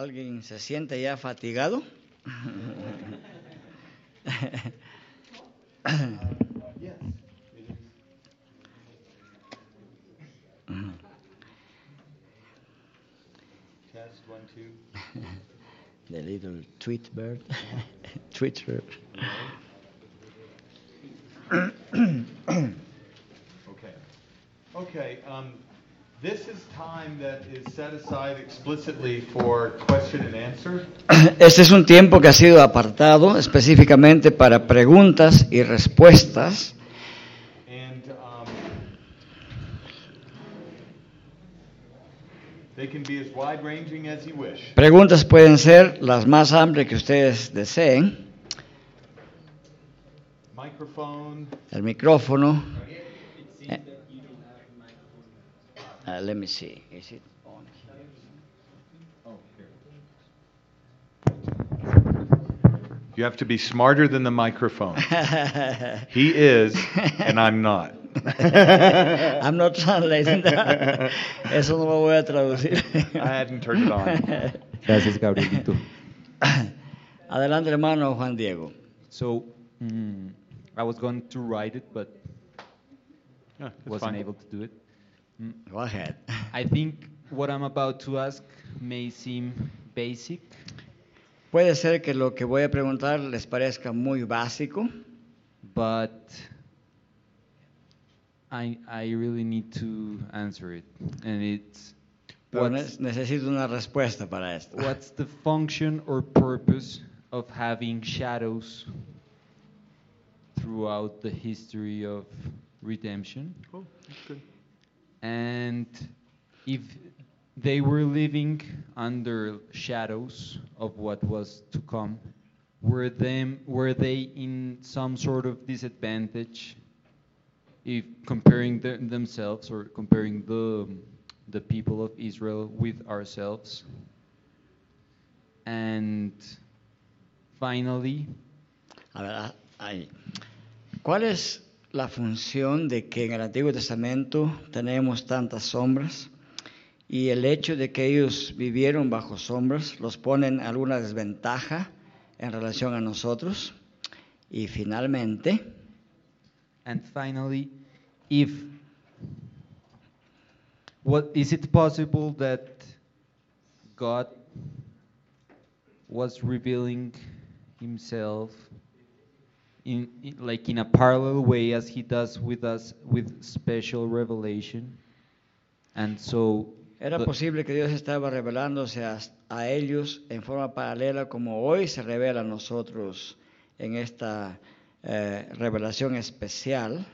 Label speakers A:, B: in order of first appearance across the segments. A: ¿Alguien se siente ya fatigado?
B: Test one, two.
A: The little tweet bird. Twitter.
B: Okay. Okay, um, this is time that is set aside explicitly for question and answer.
A: Este es un tiempo que ha sido apartado específicamente para preguntas y respuestas.
B: And um, they can be as wide ranging as you wish.
A: Preguntas pueden ser las más amplias que ustedes deseen.
B: Microphone.
A: El micrófono. Eh, uh, let me see. Is it on here?
B: You have to be smarter than the microphone. He is, and I'm not.
A: I'm not translating that. Eso no lo voy a traducir.
B: I hadn't turned it on.
C: Gracias, Gabrielito.
A: Adelante, hermano Juan Diego.
C: So, mm, I was going to write it, but
B: Yeah, it's
C: wasn't
B: fine.
C: able to do it. Mm,
A: Go ahead.
C: I think what I'm about to ask may seem basic,
A: Puede ser que lo que voy a preguntar les parezca muy básico,
C: but I, I really need to answer it. And it's
A: pero
C: what's,
A: ne- necesito una respuesta para esto.
C: what's the function or purpose of having shadows throughout the history of redemption?
B: Cool, that's good.
C: and if they were living under shadows of what was to come were them were they in some sort of disadvantage if comparing the, themselves or comparing the the people of Israel with ourselves and finally
A: A ver, ah, ahí. ¿Cuál es la función de que en el Antiguo Testamento tenemos tantas sombras y el hecho de que ellos vivieron bajo sombras los pone en alguna desventaja en relación a nosotros? Y finalmente,
C: And finally, if what is it possible that God was revealing himself in, in like in a parallel way as he does with us with special revelation? And so
A: ¿era
C: the-
A: posible que Dios estaba revelándose a, a ellos en forma paralela como hoy se revela a nosotros en esta eh, revelación especial?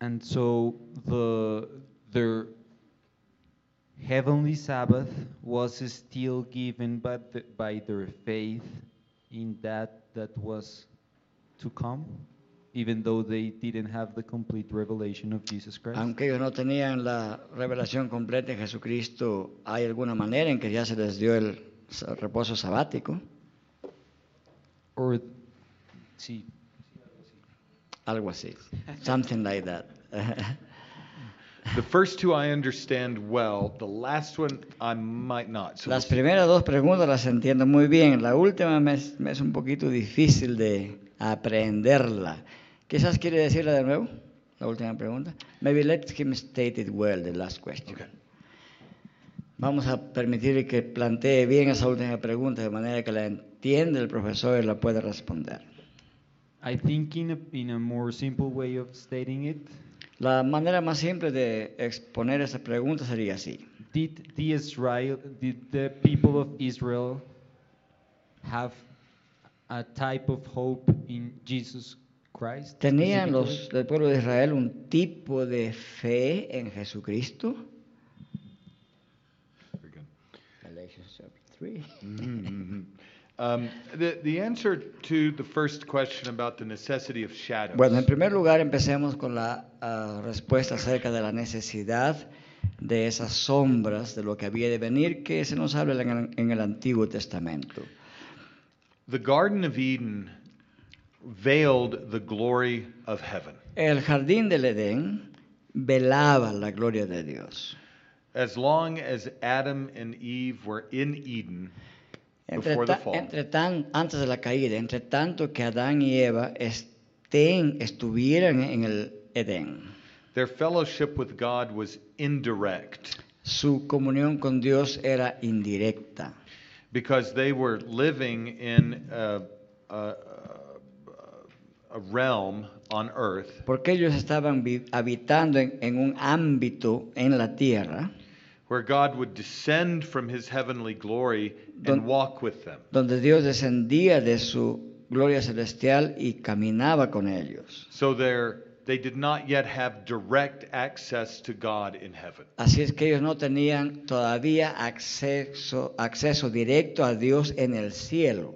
C: And so the their heavenly Sabbath was still given by, the, by their faith in that that was to come, even though they didn't have the complete revelation of Jesus Christ.
A: Aunque ellos no tenían la revelación completa en Jesucristo, ¿hay alguna manera en que ya se les dio el sa- reposo sabático?
C: or see,
A: Algo así. Something like that.
B: The first two I understand well. The last one I might not. So
A: Las
B: we'll see.
A: primeras dos preguntas las entiendo muy bien. La última me es, me es un poquito difícil de aprenderla. Quizás quiere decirla de nuevo, la última pregunta. Maybe let him state it well, the last question.
B: Okay.
A: Vamos a permitir que plantee bien esa última pregunta de manera que la entienda el profesor y la pueda responder.
C: I think in a, in a more simple way of stating it,
A: La manera más simple de exponer esa pregunta sería así.
C: did the Israel, did the people of Israel have a type of hope in Jesus Christ?
A: ¿Tenían
C: specifically?
A: los del pueblo de Israel un tipo de fe en Jesucristo?
B: Very good. Mhm. Um, the, the answer to the first question about the necessity of shadows.
A: Bueno, en primer lugar empecemos con la ah, respuesta acerca de la necesidad de esas sombras de lo que había de venir que se nos habla en el- en el Antiguo Testamento.
B: the Garden of Eden veiled the glory of heaven.
A: El jardín del Edén velaba la gloria de Dios.
B: as long as Adam and Eve were in Eden
A: Entre,
B: before the
A: ta-
B: fall.
A: entre tan, antes de la caída, entre tanto que Adán y Eva estén, estuvieran en el Edén,
B: Their fellowship with God was indirect
A: su comunión con Dios era indirecta,
B: because they were living in a, a- a realm on earth
A: porque ellos estaban vi- habitando en, en un ámbito en la tierra
B: where God would descend from his heavenly glory and
A: Don-
B: walk with them.
A: donde Dios descendía de su gloria celestial y caminaba con ellos.
B: So they're, they did not yet have direct access to God in heaven.
A: Así es que ellos no tenían todavía acceso, acceso directo a Dios en el cielo.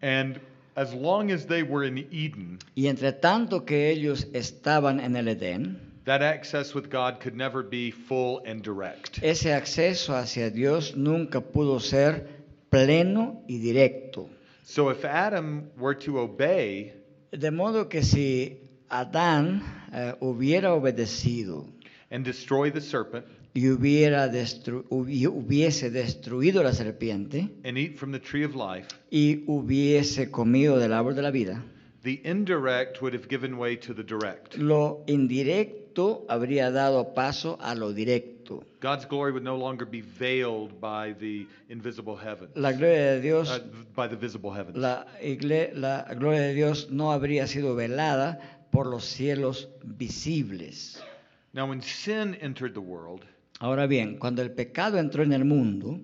B: And as long as they were in Eden,
A: Y entre tanto que ellos estaban en el Edén,
B: that access with God could never be full and direct.
A: ese acceso hacia Dios nunca pudo ser pleno y directo.
B: So if Adam were to obey,
A: De modo que si Adán eh, hubiera obedecido
B: and destroy the serpent
A: y hubiera destru- hubi- hubiese destruido la serpiente
B: and eat from the tree of life,
A: y hubiese comido del árbol de la vida,
B: the indirect would have given way to the direct.
A: lo indirecto habría dado paso a lo directo.
B: God's glory would no longer be veiled by the invisible heavens,
A: La gloria de Dios
B: uh, by the visible heavens.
A: la, igle- la gloria de Dios no habría sido velada por los cielos visibles.
B: Now, when sin entered the world
A: Ahora bien, cuando el pecado entró en el mundo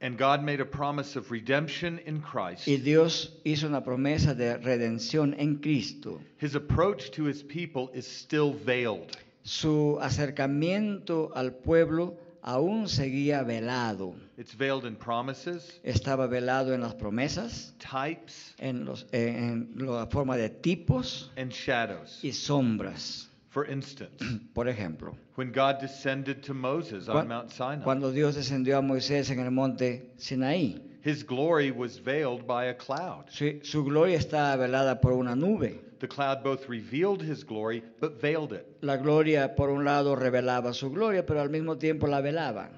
B: and God made a promise of redemption in Christ,
A: y Dios hizo una promesa de redención en Cristo,
B: his approach to his people is still veiled.
A: su acercamiento al pueblo aún seguía velado.
B: It's veiled in promises,
A: Estaba velado en las promesas,
B: types,
A: en, los- eh, en la forma de tipos
B: and shadows.
A: y sombras.
B: For instance,
A: Por ejemplo,
B: when God descended to Moses on
A: cuan-
B: Mount Sinai,
A: cuando Dios descendió a Moisés en el monte Sinaí,
B: His glory was veiled by a cloud.
A: Su, su gloria estaba velada por una nube.
B: The cloud both revealed his glory but veiled it.
A: La gloria, por un lado, revelaba su gloria, pero al mismo tiempo la velaba.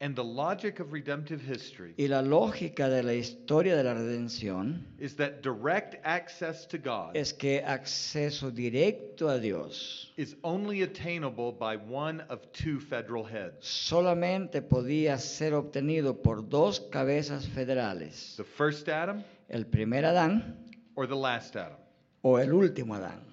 B: And the logic of redemptive history
A: Y la lógica de la historia de la redención
B: is that direct access to God
A: es que acceso directo a Dios
B: is only attainable by one of two federal heads.
A: solamente podía ser obtenido por dos cabezas federales,
B: The first Adam
A: el primer Adán
B: or the last Adam?
A: o el último Adán,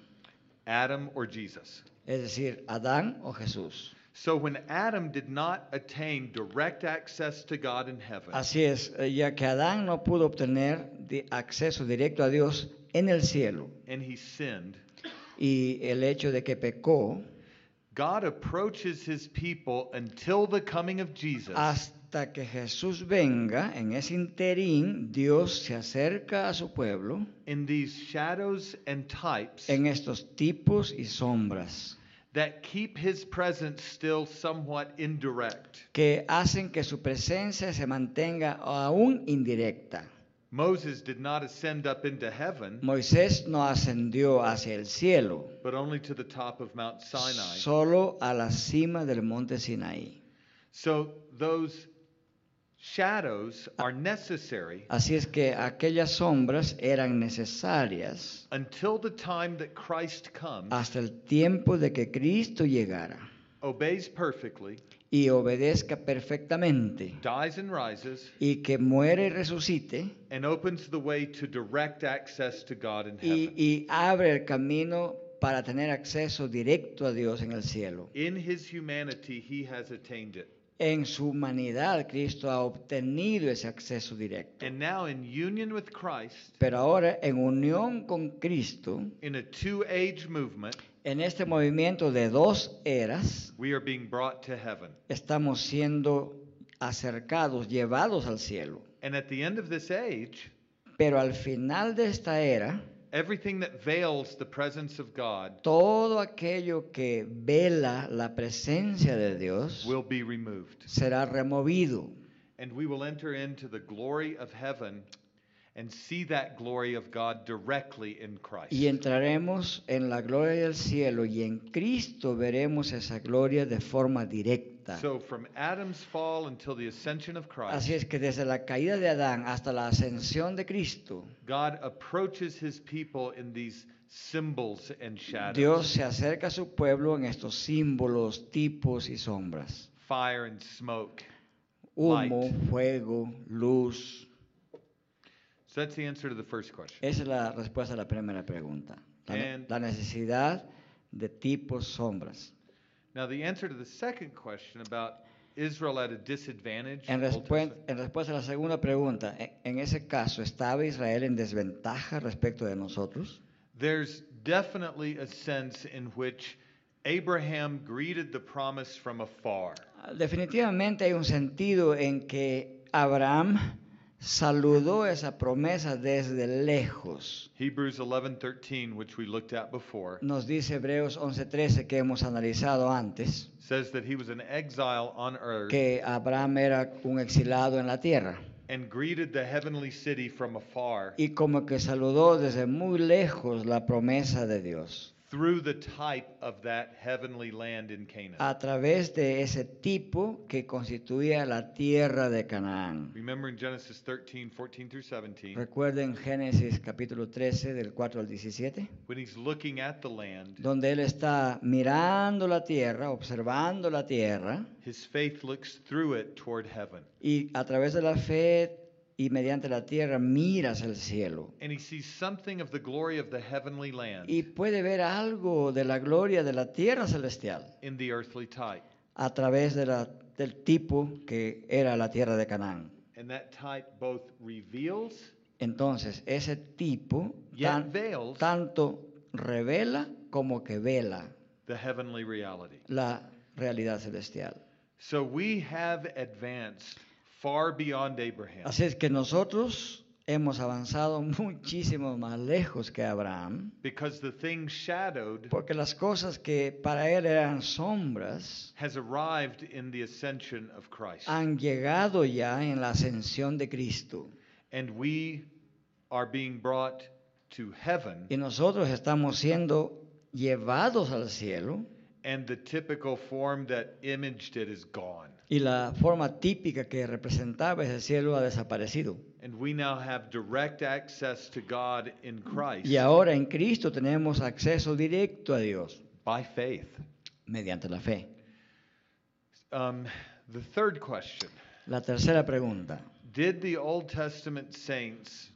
B: Adam or Jesus?
A: es decir, Adán o Jesús.
B: So when Adam did not attain direct access to God in heaven,
A: Así es, eh, ya que Adán no pudo obtener di- acceso directo a Dios en el cielo,
B: and he sinned,
A: y el hecho de que pecó
B: God approaches his people until the coming of Jesus.
A: hasta que Jesús venga, en ese interín Dios se acerca a su pueblo
B: in these shadows and types
A: en estos tipos y sombras
B: that keep his presence still somewhat indirect.
A: que hacen que su presencia se mantenga aún indirecta.
B: Moses did not ascend up into heaven,
A: Moisés no ascendió hacia el cielo,
B: but only to the top of Mount Sinai.
A: solo a la cima del monte Sinaí.
B: So those shadows are necessary
A: Así es que aquellas sombras eran necesarias
B: until the time that Christ comes,
A: hasta el tiempo de que Cristo llegara.
B: obeys perfectly,
A: y obedezca perfectamente
B: dies and rises,
A: y que muere y resucite
B: and opens the way to direct access to God in
A: y,
B: heaven.
A: y abre el camino para tener acceso directo a Dios en el cielo.
B: In his humanity, he has attained it.
A: En su humanidad Cristo ha obtenido ese acceso directo.
B: And now, in union with Christ,
A: Pero ahora en unión con Cristo,
B: in a two age movement,
A: en este movimiento de dos eras,
B: we are being brought to heaven.
A: estamos siendo acercados, llevados al cielo.
B: And at the end of this age,
A: Pero al final de esta era,
B: everything that veils the presence of God
A: todo aquello que vela la presencia de Dios
B: will be removed.
A: será removido
B: And we will enter into the glory of heaven and see that glory of God directly in Christ.
A: y entraremos en la gloria del cielo y en Cristo veremos esa gloria de forma directa. está.
B: So from Adam's fall until the ascension of
A: Así
B: Christ,
A: es que desde la caída de Adán hasta la ascensión de Cristo,
B: God approaches his people in these symbols and
A: Dios
B: shadows,
A: se acerca a su pueblo en estos símbolos, tipos y sombras.
B: fire and smoke.
A: Humo,
B: Light.
A: fuego, luz.
B: So that's the answer to the first question.
A: Esa es la respuesta a la primera pregunta. La, ne-
B: And-
A: la necesidad de tipos, sombras.
B: Now the answer to the second question about Israel at a disadvantage.
A: En,
B: Old
A: respuen-
B: Testament-
A: en respuesta a la segunda pregunta, en, en ese caso, ¿estaba Israel en desventaja respecto de nosotros?
B: There's definitely a sense in which Abraham greeted the promise from afar.
A: Definitivamente hay un sentido en que Abraham saludó esa promesa desde lejos.
B: Hebrews 11:13, which we looked at before,
A: Nos dice Hebreos 11:13 que hemos analizado antes,
B: says that he was an exile on earth
A: que Abraham era un exilado en la tierra
B: and greeted the heavenly city from afar
A: y como que saludó desde muy lejos la promesa de Dios
B: through the type of that heavenly land in Canaan.
A: a través de ese tipo que constituía la tierra de Canaán.
B: Remember in Genesis 13, 14 through 17,
A: Recuerden Génesis capítulo 13 del 4 al 17,
B: when he's looking at the land,
A: donde él está mirando la tierra, observando la tierra
B: his faith looks through it toward heaven.
A: y a través de la fe y mediante la tierra miras el cielo
B: And he sees something of the glory of the heavenly
A: y
B: land
A: puede ver algo de la gloria de la tierra celestial
B: in the earthly type.
A: a través de la- del tipo que era la tierra de Canaán.
B: And that type both reveals
A: Entonces, ese tipo
B: Yet
A: tan-
B: veils.
A: tanto revela como que vela
B: the heavenly reality.
A: la realidad celestial.
B: So we have advanced far beyond Abraham.
A: Así es que nosotros hemos avanzado muchísimo más lejos que Abraham,
B: Because the thing shadowed
A: porque las cosas que para él eran sombras
B: has arrived in the ascension of Christ.
A: han llegado ya en la ascensión de Cristo.
B: And we are being brought to heaven.
A: Y nosotros estamos siendo llevados al cielo
B: And the typical form that imaged it is gone.
A: y la forma típica que representaba ese cielo ha desaparecido.
B: And we now have direct access to God in Christ
A: Y ahora en Cristo tenemos acceso directo a Dios
B: by faith.
A: mediante la fe.
B: Um, the third question
A: La tercera pregunta.
B: Did the Old Testament saints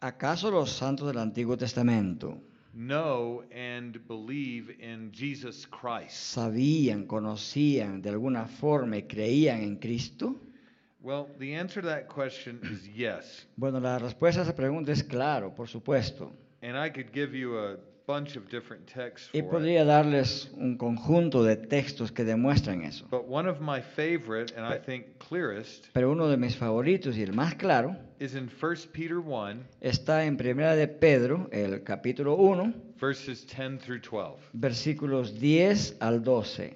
A: ¿Acaso los santos del Antiguo Testamento
B: know and believe in Jesus Christ?
A: sabían, conocían de alguna forma y creían en Cristo?
B: Well, the answer to that question is yes.
A: Bueno, la respuesta a esa pregunta es claro, por supuesto.
B: And I could give you a bunch of different texts
A: Y
B: for it.
A: podría darles un conjunto de textos que demuestran eso.
B: But one of my favorite and I think clearest
A: Pero uno de mis favoritos y el más claro
B: is in 1 Peter 1,
A: está en Primera de Pedro, el capítulo 1,
B: verses 10 through 12.
A: versículos 10 al 12.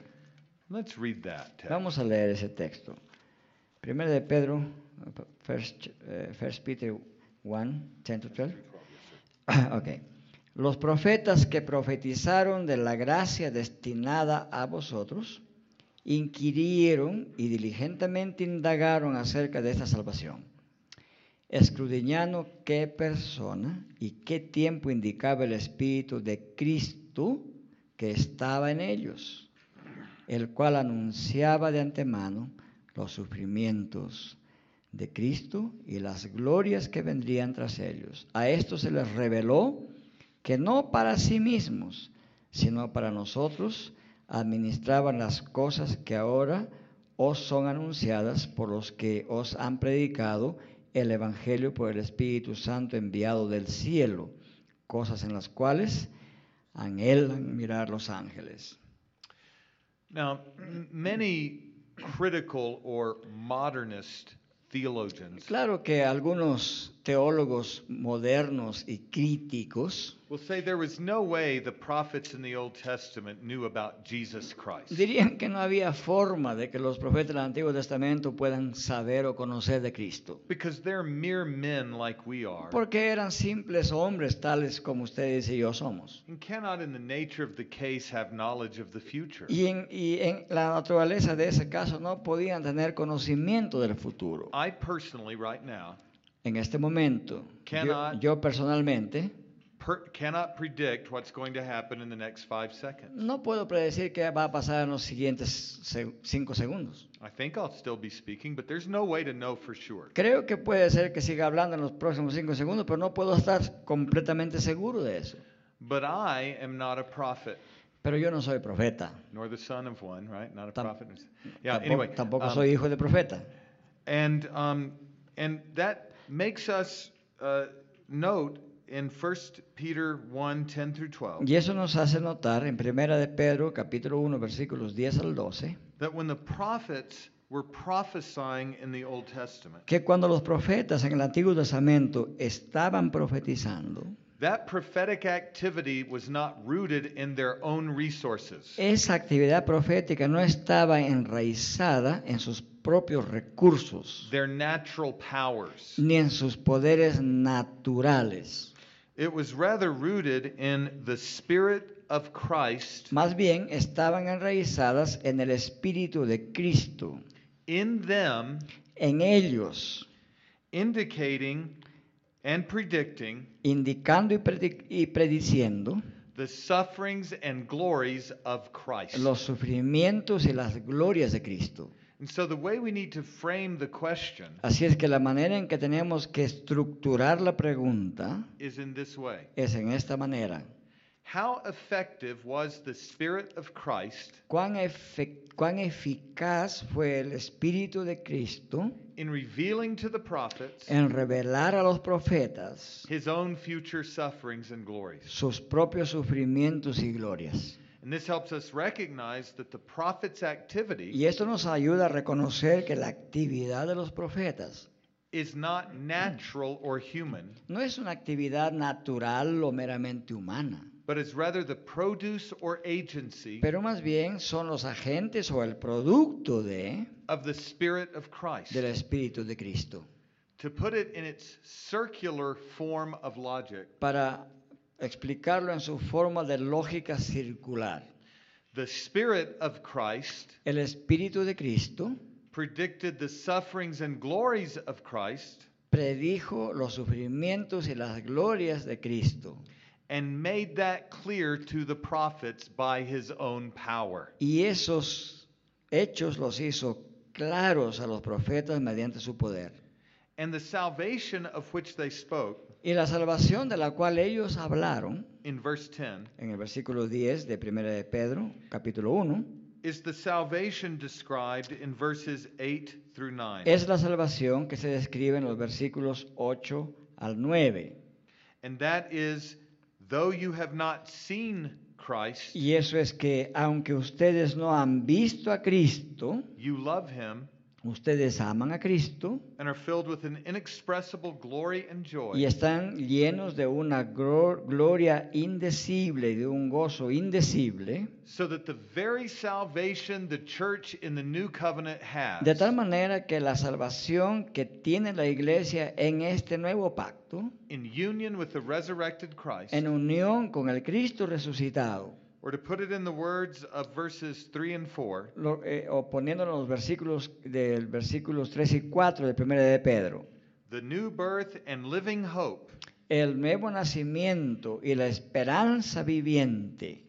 B: Let's read that text.
A: Vamos a leer ese texto. Primera de Pedro, First, eh, First Peter 1, 10 to 12. Ok. Los profetas que profetizaron de la gracia destinada a vosotros, inquirieron y diligentemente indagaron acerca de esta salvación, escudriñando qué persona y qué tiempo indicaba el Espíritu de Cristo que estaba en ellos el cual anunciaba de antemano los sufrimientos de Cristo y las glorias que vendrían tras ellos. A esto se les reveló que no para sí mismos, sino para nosotros, administraban las cosas que ahora os son anunciadas por los que os han predicado el Evangelio por el Espíritu Santo enviado del cielo, cosas en las cuales anhelan mirar los ángeles.
B: Now, m- many critical or modernist theologians
A: Claro que algunos teólogos modernos y críticos
B: will say there was no way the prophets in the Old Testament knew about Jesus Christ.
A: dirían que no había forma de que los profetas del Antiguo Testamento puedan saber o conocer de Cristo.
B: Because they're mere men like we are,
A: Porque eran simples hombres tales como ustedes y yo somos.
B: and cannot, in the nature of the case, have knowledge of the future.
A: Y en, y en la naturaleza de ese caso no podían tener conocimiento del futuro.
B: I personally, right now,
A: En este momento, yo,
B: Cannot-
A: yo personalmente
B: per- cannot predict what's going to happen in the next five seconds.
A: no puedo predecir qué va a pasar en los siguientes se- cinco segundos.
B: I think I'll still be speaking, but there's no way to know for sure.
A: Creo que puede ser que siga hablando en los próximos cinco segundos, pero no puedo estar completamente seguro de eso.
B: But I am not a prophet,
A: Pero yo no soy profeta.
B: nor the son of one, right? Not a
A: Tam-
B: prophet. Yeah,
A: tampoco
B: anyway.
A: tampoco
B: um,
A: soy hijo de profeta.
B: And um, and that makes us uh, note in 1 Peter 1, 10 through 12,
A: Y eso nos hace notar en Primera de Pedro, capítulo 1, versículos 10 al 12,
B: that when the prophets were prophesying in the Old Testament,
A: que cuando los profetas en el Antiguo Testamento estaban profetizando,
B: that prophetic activity was not rooted in their own resources.
A: esa actividad profética no estaba enraizada en sus propios recursos,
B: Their natural powers.
A: ni en sus poderes naturales.
B: It was rather rooted in the Spirit of Christ
A: Más bien estaban enraizadas en el Espíritu de Cristo,
B: in them,
A: en ellos,
B: indicating and predicting
A: indicando y, predi- y prediciendo
B: the sufferings and glories of Christ.
A: los sufrimientos y las glorias de Cristo.
B: And so the way we need to frame the question
A: Así es que la manera en que tenemos que estructurar la pregunta
B: is in this way.
A: es en esta manera.
B: How effective was the Spirit of Christ
A: ¿Cuán, efe- cuán eficaz fue el Espíritu de Cristo
B: in revealing to the prophets
A: en revelar a los profetas
B: his own future sufferings and glories?
A: sus propios sufrimientos y glorias?
B: And this helps us recognize that the prophet's
A: Y
B: activity
A: esto nos ayuda a reconocer que la actividad de los profetas
B: is not natural or human,
A: no es una actividad natural o meramente humana,
B: but is rather the produce or agency
A: pero más bien son los agentes o el producto de
B: of the Spirit of Christ.
A: del Espíritu de Cristo.
B: To put it in its circular form of logic,
A: Para explicarlo en su forma de lógica circular,
B: the Spirit of Christ
A: el Espíritu de Cristo
B: predicted the sufferings and glories of Christ
A: predijo los sufrimientos y las glorias de Cristo
B: and made that clear to the prophets by his own power.
A: y esos hechos los hizo claros a los profetas mediante su poder.
B: And the salvation of which they spoke
A: Y la salvación de la cual ellos hablaron,
B: in verse 10
A: en el versículo 10 de 1 de Pedro, capítulo 1,
B: is the salvation described in verses 8 through 9.
A: es la salvación que se describe en los versículos 8 al 9.
B: And that is, though you have not seen Christ,
A: Y eso es que aunque ustedes no han visto a Cristo,
B: you love him
A: ustedes aman a Cristo
B: and are filled with an inexpressible glory and joy.
A: y están llenos de una gro- gloria indecible, de un gozo indecible,
B: So that the very salvation the church in the new covenant has
A: de tal manera que la salvación que tiene la iglesia en este nuevo pacto,
B: in union with the resurrected Christ,
A: en unión con el Cristo resucitado,
B: or to put it in the words of verses 3 and 4,
A: lo- eh, o poniéndolo en los versículos del versículos 3 y 4 de 1 de Pedro,
B: the new birth and living hope
A: el nuevo nacimiento y la esperanza viviente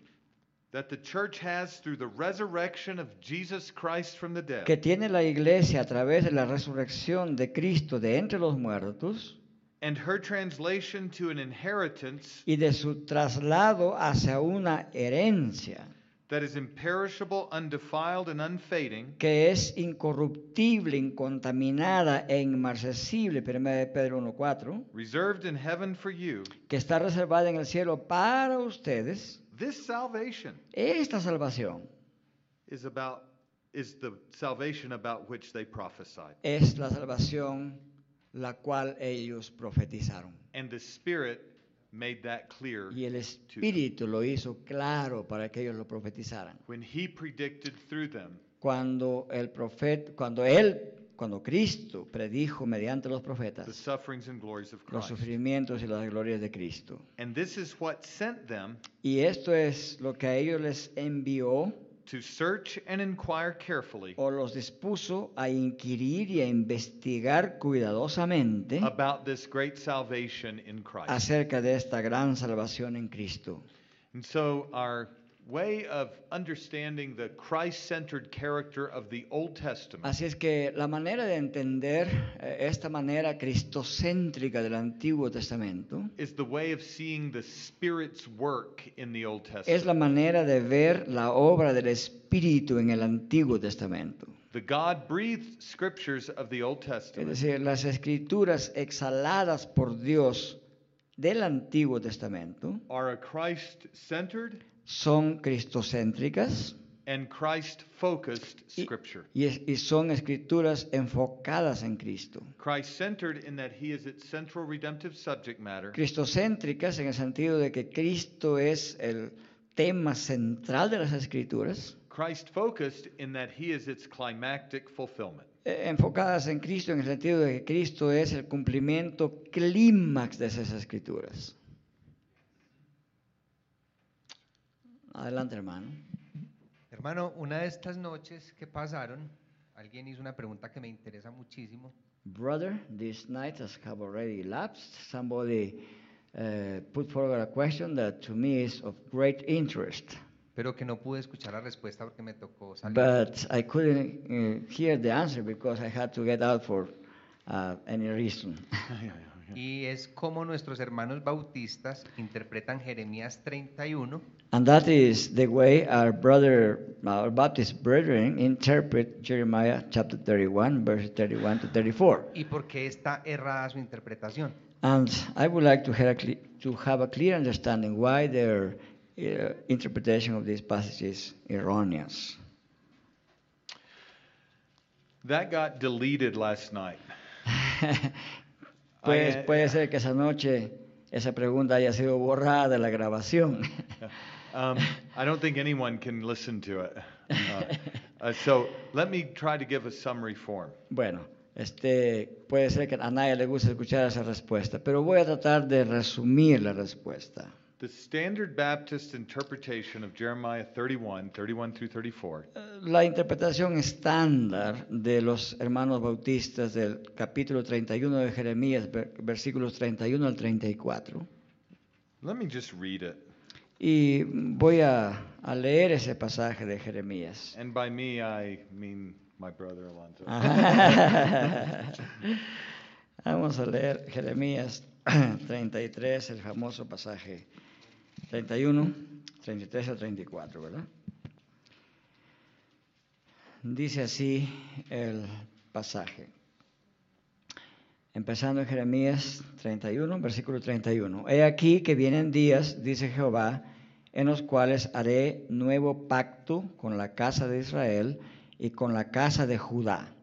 B: that the church has through the resurrection of Jesus Christ from the dead
A: que tiene la iglesia a través de la resurrección de Cristo de entre los muertos
B: and her translation to an inheritance
A: y de su traslado hacia una herencia
B: that is imperishable, undefiled, and unfading,
A: que es incorruptible, incontaminada e inmarcesible, 1 de Pedro 1.4,
B: reserved in heaven for you.
A: que está reservada en el cielo para ustedes,
B: This salvation
A: esta salvación
B: is about is the salvation about which they prophesied.
A: es la salvación la cual ellos profetizaron.
B: And the Spirit made that clear
A: Y el
B: to them.
A: Espíritu lo hizo claro para que ellos lo profetizaran.
B: When he predicted through them,
A: Cuando el profeta, cuando él, cuando Cristo predijo mediante los
B: the
A: profetas
B: sufferings and glories of
A: los
B: Christ.
A: sufrimientos y las glorias de Cristo.
B: And this is what sent them
A: Y esto es lo que a ellos les envió
B: to search and inquire carefully
A: o los dispuso a inquirir y a investigar cuidadosamente
B: about this great salvation in Christ.
A: acerca de esta gran salvación en Cristo.
B: And so our way of understanding the Christ-centered character of the Old Testament
A: Así es que la manera de entender eh, esta manera cristocéntrica del Antiguo Testamento
B: is the way of seeing the Spirit's work in the Old
A: es la
B: Testament.
A: manera de ver la obra del Espíritu en el Antiguo Testamento.
B: The God-breathed scriptures of the Old
A: Es
B: Testament
A: decir, las escrituras exhaladas por Dios del Antiguo Testamento
B: are a Christ-centered
A: son cristocéntricas
B: and Christ-focused
A: y,
B: scripture.
A: y es- y son escrituras enfocadas en Cristo.
B: Christ-centered in that he is its central redemptive subject matter.
A: Cristocéntricas en el sentido de que Cristo es el tema central de las escrituras,
B: Christ focused in that he is its climactic fulfillment.
A: eh, enfocadas en Cristo en el sentido de que Cristo es el cumplimiento clímax de esas escrituras. Adelante, hermano.
D: Hermano, una de estas noches que pasaron, alguien hizo una pregunta que me interesa muchísimo.
A: Brother, these nights have already elapsed. Somebody uh, put forward a question that to me is of great interest,
D: pero que no pude escuchar la respuesta porque me tocó salir.
A: but I couldn't uh, hear the answer because I had to get out for uh, any reason.
D: y es cómo nuestros hermanos bautistas interpretan Jeremías 31
A: and that is the way our brother, our Baptist brethren, interpret Jeremiah chapter 31, verse 31 to 34.
D: y por qué está errada su interpretación.
A: And I would like to have a, cle- to have a clear understanding why their uh, interpretation of these passages is erroneous.
B: That got deleted last night.
A: Pues,
B: Oye,
A: puede ser que esa noche esa pregunta haya sido borrada de la grabación.
B: Um, I don't think anyone can listen to it. Uh, uh, so let me try to give a summary form.
A: bueno, este, puede ser que a nadie le guste escuchar esa respuesta, pero voy a tratar de resumir la respuesta.
B: The Standard Baptist interpretation of Jeremiah 31, 31 through 34,
A: Eh, La interpretación estándar de los hermanos bautistas del capítulo 31 de Jeremías, ver- versículos 31 al 34.
B: let me just read it.
A: Y voy a, a leer ese pasaje de Jeremías.
B: And by me, I mean my brother Alonzo.
A: Ajá. Vamos a leer Jeremías 33, el famoso pasaje 31, 33 al 34, ¿verdad? Dice así el pasaje. Empezando en Jeremías 31, versículo 31. He aquí que vienen días, dice Jehová, en los cuales haré nuevo pacto con la casa de Israel y con la casa de Judá.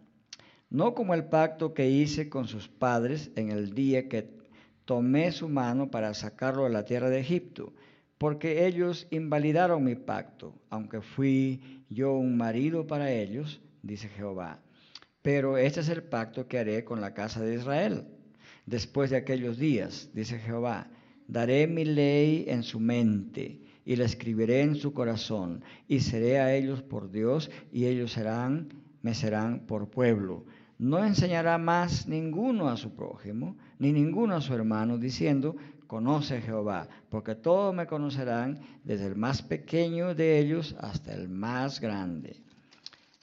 A: No como el pacto que hice con sus padres en el día que tomé su mano para sacarlo de la tierra de Egipto, porque ellos invalidaron mi pacto, aunque fui yo un marido para ellos, dice Jehová. Pero este es el pacto que haré con la casa de Israel. Después de aquellos días, dice Jehová, daré mi ley en su mente y la escribiré en su corazón y seré a ellos por Dios y ellos serán, me serán por pueblo. No enseñará más ninguno a su prójimo ni ninguno a su hermano diciendo, conoce Jehová, porque todos me conocerán desde el más pequeño de ellos hasta el más grande.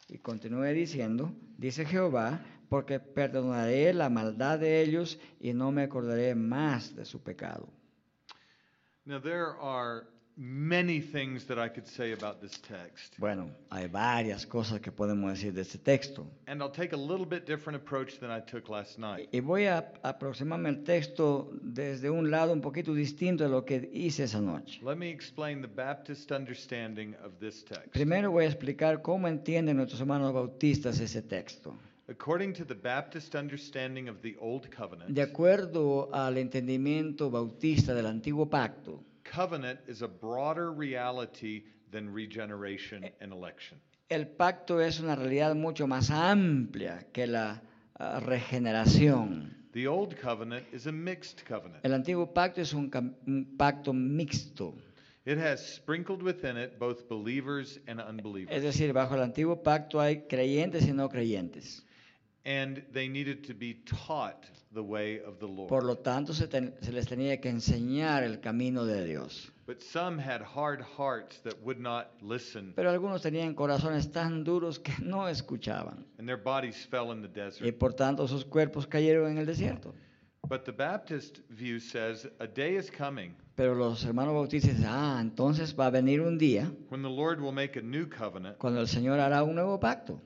A: Y continúe diciendo, dice Jehová, porque perdonaré la maldad de ellos y no me acordaré más de su pecado.
B: Now, there are many things that I could say about this text.
A: Bueno, hay varias cosas que podemos decir de este texto.
B: And I'll take a little bit different approach than I took last night.
A: Y voy a aproximarme al texto desde un lado un poquito distinto de lo que hice esa noche.
B: Let me explain the Baptist understanding of this text.
A: Primero voy a explicar cómo entienden nuestros hermanos bautistas ese texto.
B: According to the Baptist understanding of the Old Covenant,
A: De acuerdo al entendimiento bautista del antiguo pacto,
B: covenant is a broader reality than regeneration and election.
A: el pacto es una realidad mucho más amplia que la ah, regeneración.
B: The Old Covenant is a mixed covenant.
A: El antiguo pacto es un, cam- un pacto mixto,
B: It has sprinkled within it both believers and unbelievers.
A: es decir, bajo el antiguo pacto hay creyentes y no creyentes.
B: And they needed to be taught the way of the
A: Por
B: Lord.
A: lo tanto, se, ten- se les tenía que enseñar el camino de Dios.
B: But some had hard hearts that would not listen,
A: Pero algunos tenían corazones tan duros que no escuchaban
B: and their bodies fell in the
A: y
B: desert.
A: por tanto sus cuerpos cayeron en el desierto.
B: But the Baptist view says a day is coming
A: Pero los hermanos bautistas dicen, ah, entonces va a venir un día
B: when the Lord will make a new covenant,
A: cuando el Señor hará un nuevo pacto.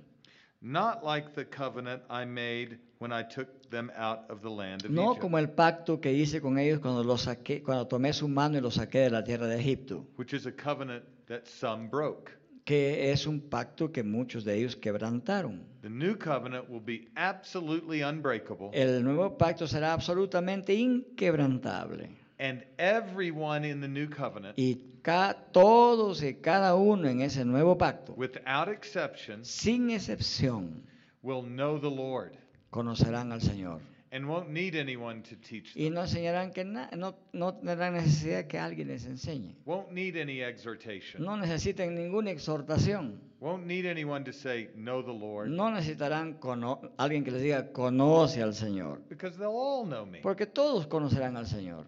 B: not like the covenant I made when I took them out of the land of
A: No
B: Egypt.
A: como el pacto que hice con ellos cuando, los saqué, cuando tomé su mano y los saqué de la tierra de Egipto,
B: which is a covenant that some broke.
A: que es un pacto que muchos de ellos quebrantaron.
B: The new covenant will be absolutely unbreakable,
A: El nuevo pacto será absolutamente inquebrantable.
B: and everyone in the new covenant,
A: Y ca- todos y cada uno en ese nuevo pacto,
B: without exception,
A: sin excepción,
B: will know the Lord
A: conocerán al Señor.
B: and won't need anyone to teach them,
A: Y no enseñarán que na- no, no tendrán necesidad que alguien les enseñe.
B: won't need any exhortation,
A: No necesitan ninguna exhortación.
B: won't need anyone to say, Know the Lord,
A: No necesitarán cono- alguien que les diga conoce al Señor.
B: because they'll all know me.
A: Porque todos conocerán al Señor.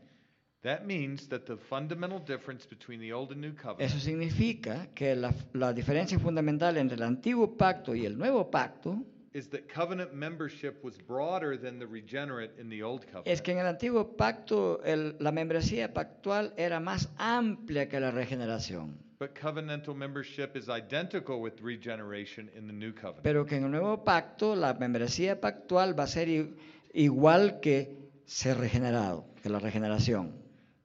B: That means that the fundamental difference between the old and new
A: Eso
B: covenant
A: significa que la, la diferencia fundamental entre el antiguo pacto y el nuevo pacto
B: is that covenant membership was broader than the regenerate in the old covenant.
A: es que en el antiguo pacto el- la membresía pactual era más amplia que la regeneración.
B: But covenantal membership is identical with regeneration in the new covenant.
A: Pero que en el nuevo pacto la membresía pactual va a ser i- igual que ser regenerado, que la regeneración.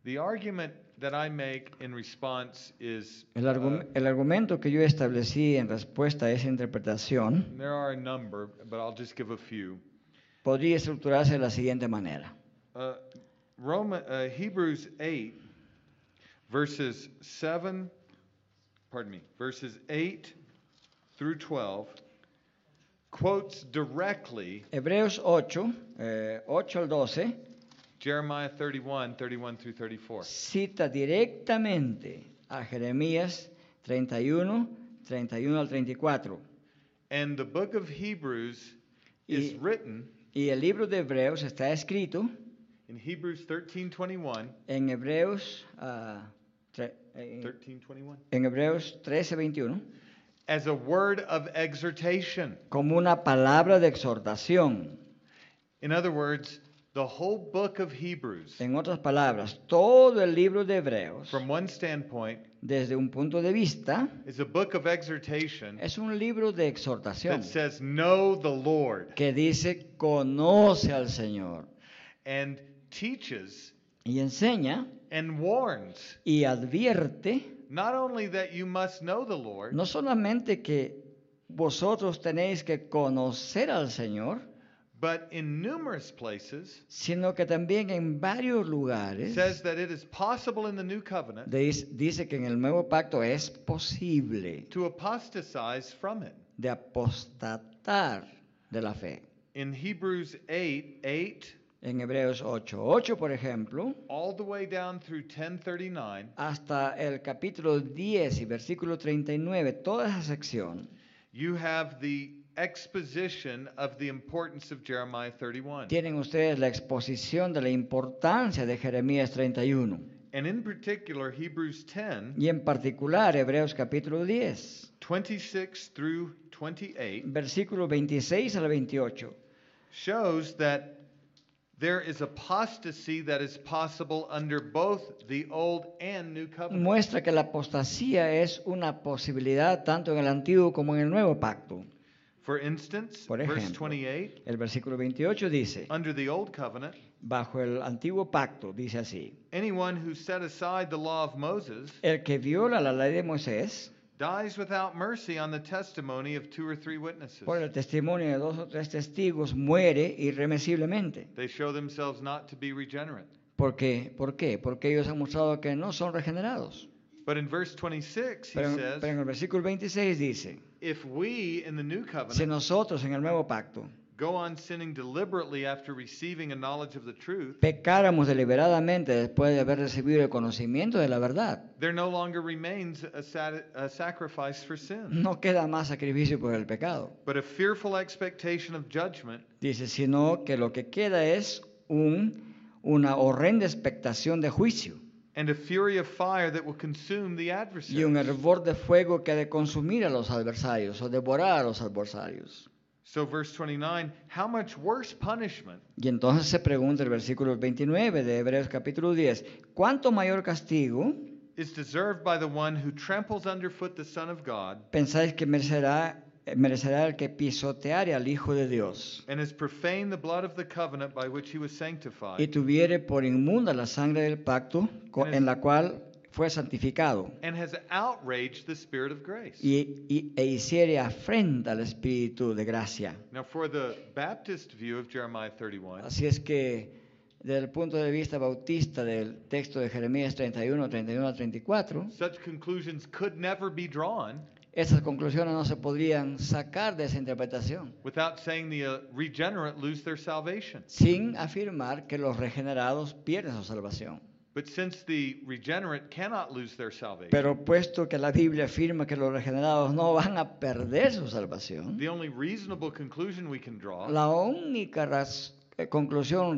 B: The argument that I make in response is
A: El,
B: uh,
A: argu- el argumento que yo establecí en respuesta a esa interpretación
B: there are a number, but I'll just give a few.
A: podría estructurarse de la siguiente manera.
B: Uh, Roma, uh, Hebrews 8, verses 7, pardon me, verses 8 through 12, quotes directly
A: Hebreos 8, eh, 8 al 12,
B: Jeremiah 31, 31 through 34.
A: cita directamente a Jeremías 31, 31 al 34.
B: And the book of Hebrews is
A: Y-
B: written
A: Y el libro de Hebreos está escrito
B: In Hebrews 13:21,
A: en Hebreos, ah, tre- en,
B: 13:21,
A: en Hebreos 13, 21,
B: as a word of exhortation.
A: como una palabra de exhortación.
B: In other words, the whole book of Hebrews,
A: En otras palabras, todo el libro de Hebreos,
B: from one standpoint,
A: desde un punto de vista,
B: is a book of exhortation
A: es un libro de exhortación
B: that says, "Know the Lord,"
A: que dice conoce al Señor
B: and teaches
A: y enseña
B: and warns
A: y advierte
B: not only that you must know the Lord,
A: no solamente que vosotros tenéis que conocer al Señor,
B: but in numerous places
A: sino que también en varios lugares
B: says that it is possible in the new covenant
A: deis- dice que en el nuevo pacto es posible
B: to apostatize from it.
A: de apostatar de la fe.
B: In Hebrews 8, 8
A: En Hebreos 8.8, 8, por ejemplo,
B: all the way down through 1039,
A: hasta el capítulo 10 y versículo 39, toda esa sección
B: you have the exposition of the importance of Jeremiah 31.
A: Tienen ustedes la exposición de la importancia de Jeremías 31
B: And in particular, Hebrews 10,
A: y en particular Hebreos capítulo 10,
B: 26 through 28,
A: versículos 26 al 28.
B: shows that there is apostasy that is possible under both the Old and New Covenant.
A: Muestra que la apostasía es una posibilidad tanto en el antiguo como en el nuevo pacto.
B: For instance,
A: Por
B: verse
A: ejemplo.
B: 28,
A: El versículo 28 dice,
B: under the Old Covenant,
A: bajo el antiguo pacto, dice así,
B: anyone who set aside the law of Moses
A: el que viola la ley de Moisés
B: dies without mercy on the testimony of two or three witnesses.
A: Por el testimonio de dos o tres testigos muere irremisiblemente.
B: They show themselves not to be regenerate.
A: ¿Por qué? ¿Por qué? Porque ellos han mostrado que no son regenerados.
B: But in verse 26, he
A: Pero, en-
B: says,
A: pero en el versículo 26 dice,
B: if we in the new covenant
A: si nosotros en el nuevo pacto
B: go on sinning deliberately after receiving a knowledge of the truth,
A: pecáramos deliberadamente después de haber recibido el conocimiento de la verdad,
B: there no longer remains a, sat- a sacrifice for sin,
A: no queda más sacrificio por el pecado.
B: but a fearful expectation of judgment
A: Dice, sino que lo que queda es un, una horrenda expectación de juicio
B: and a fury of fire that will consume the
A: y un
B: adversary.
A: hervor de fuego que ha de consumir a los adversarios o devorar a los adversarios.
B: So, verse 29 how much worse punishment
A: Y entonces se pregunta el versículo 29 de Hebreos capítulo 10, ¿cuánto mayor castigo
B: is deserved by the one who tramples underfoot the Son of God
A: pensáis que merecerá, merecerá el que pisoteare al Hijo de Dios
B: and has profaned the blood of the covenant by which he was sanctified?
A: y tuviere por inmunda la sangre del pacto co- en la cual fue santificado?
B: and has outraged the spirit of grace.
A: y, y- e hiciere afrenta al Espíritu de gracia.
B: Now, for the Baptist view of Jeremiah 31,
A: Así es que desde el punto de vista bautista del texto de Jeremías 31, 31 a 34,
B: such conclusions could never be drawn
A: esas conclusiones no se podrían sacar de esa interpretación
B: without saying the uh, regenerate lose their salvation.
A: sin afirmar que los regenerados pierden su salvación.
B: But since the regenerate cannot lose their salvation,
A: Pero puesto que la Biblia afirma que los regenerados no van a perder su salvación,
B: the only reasonable conclusion we can draw
A: la única raz- eh, conclusión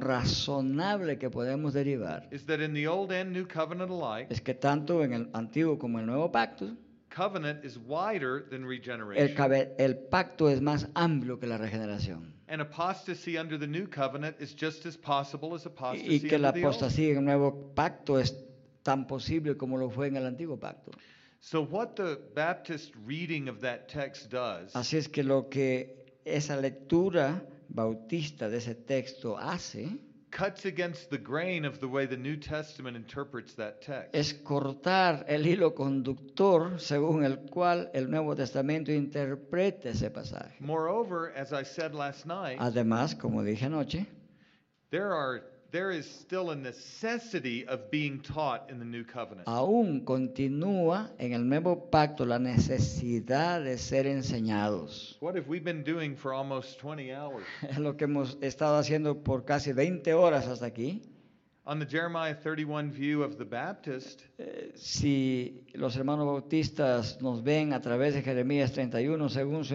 A: razonable que podemos derivar
B: is that in the Old and New Covenant alike,
A: es que tanto en el antiguo como en el nuevo pacto,
B: covenant is wider than
A: El,
B: regeneration.
A: cabe- el pacto es más amplio que la regeneración.
B: And apostasy under the New Covenant is just as possible as apostasy
A: Y que la
B: under the Old.
A: apostasía en el nuevo pacto es tan posible como lo fue en el antiguo pacto.
B: So, what the Baptist reading of that text does
A: Así es que lo que esa lectura bautista de ese texto hace
B: cuts against the grain of the way the New Testament interprets that text.
A: es cortar el hilo conductor según el cual el Nuevo Testamento interpreta ese pasaje.
B: Moreover, as I said last night,
A: Además, como dije anoche,
B: there are there is still a necessity of being taught in the New Covenant.
A: aún continúa en el nuevo pacto la necesidad de ser enseñados.
B: What have we been doing for almost 20 hours?
A: lo que hemos estado haciendo por casi 20 horas hasta aquí.
B: On the Jeremiah 31 view of the Baptist,
A: Eh, si los hermanos bautistas nos ven a través de Jeremías 31, según su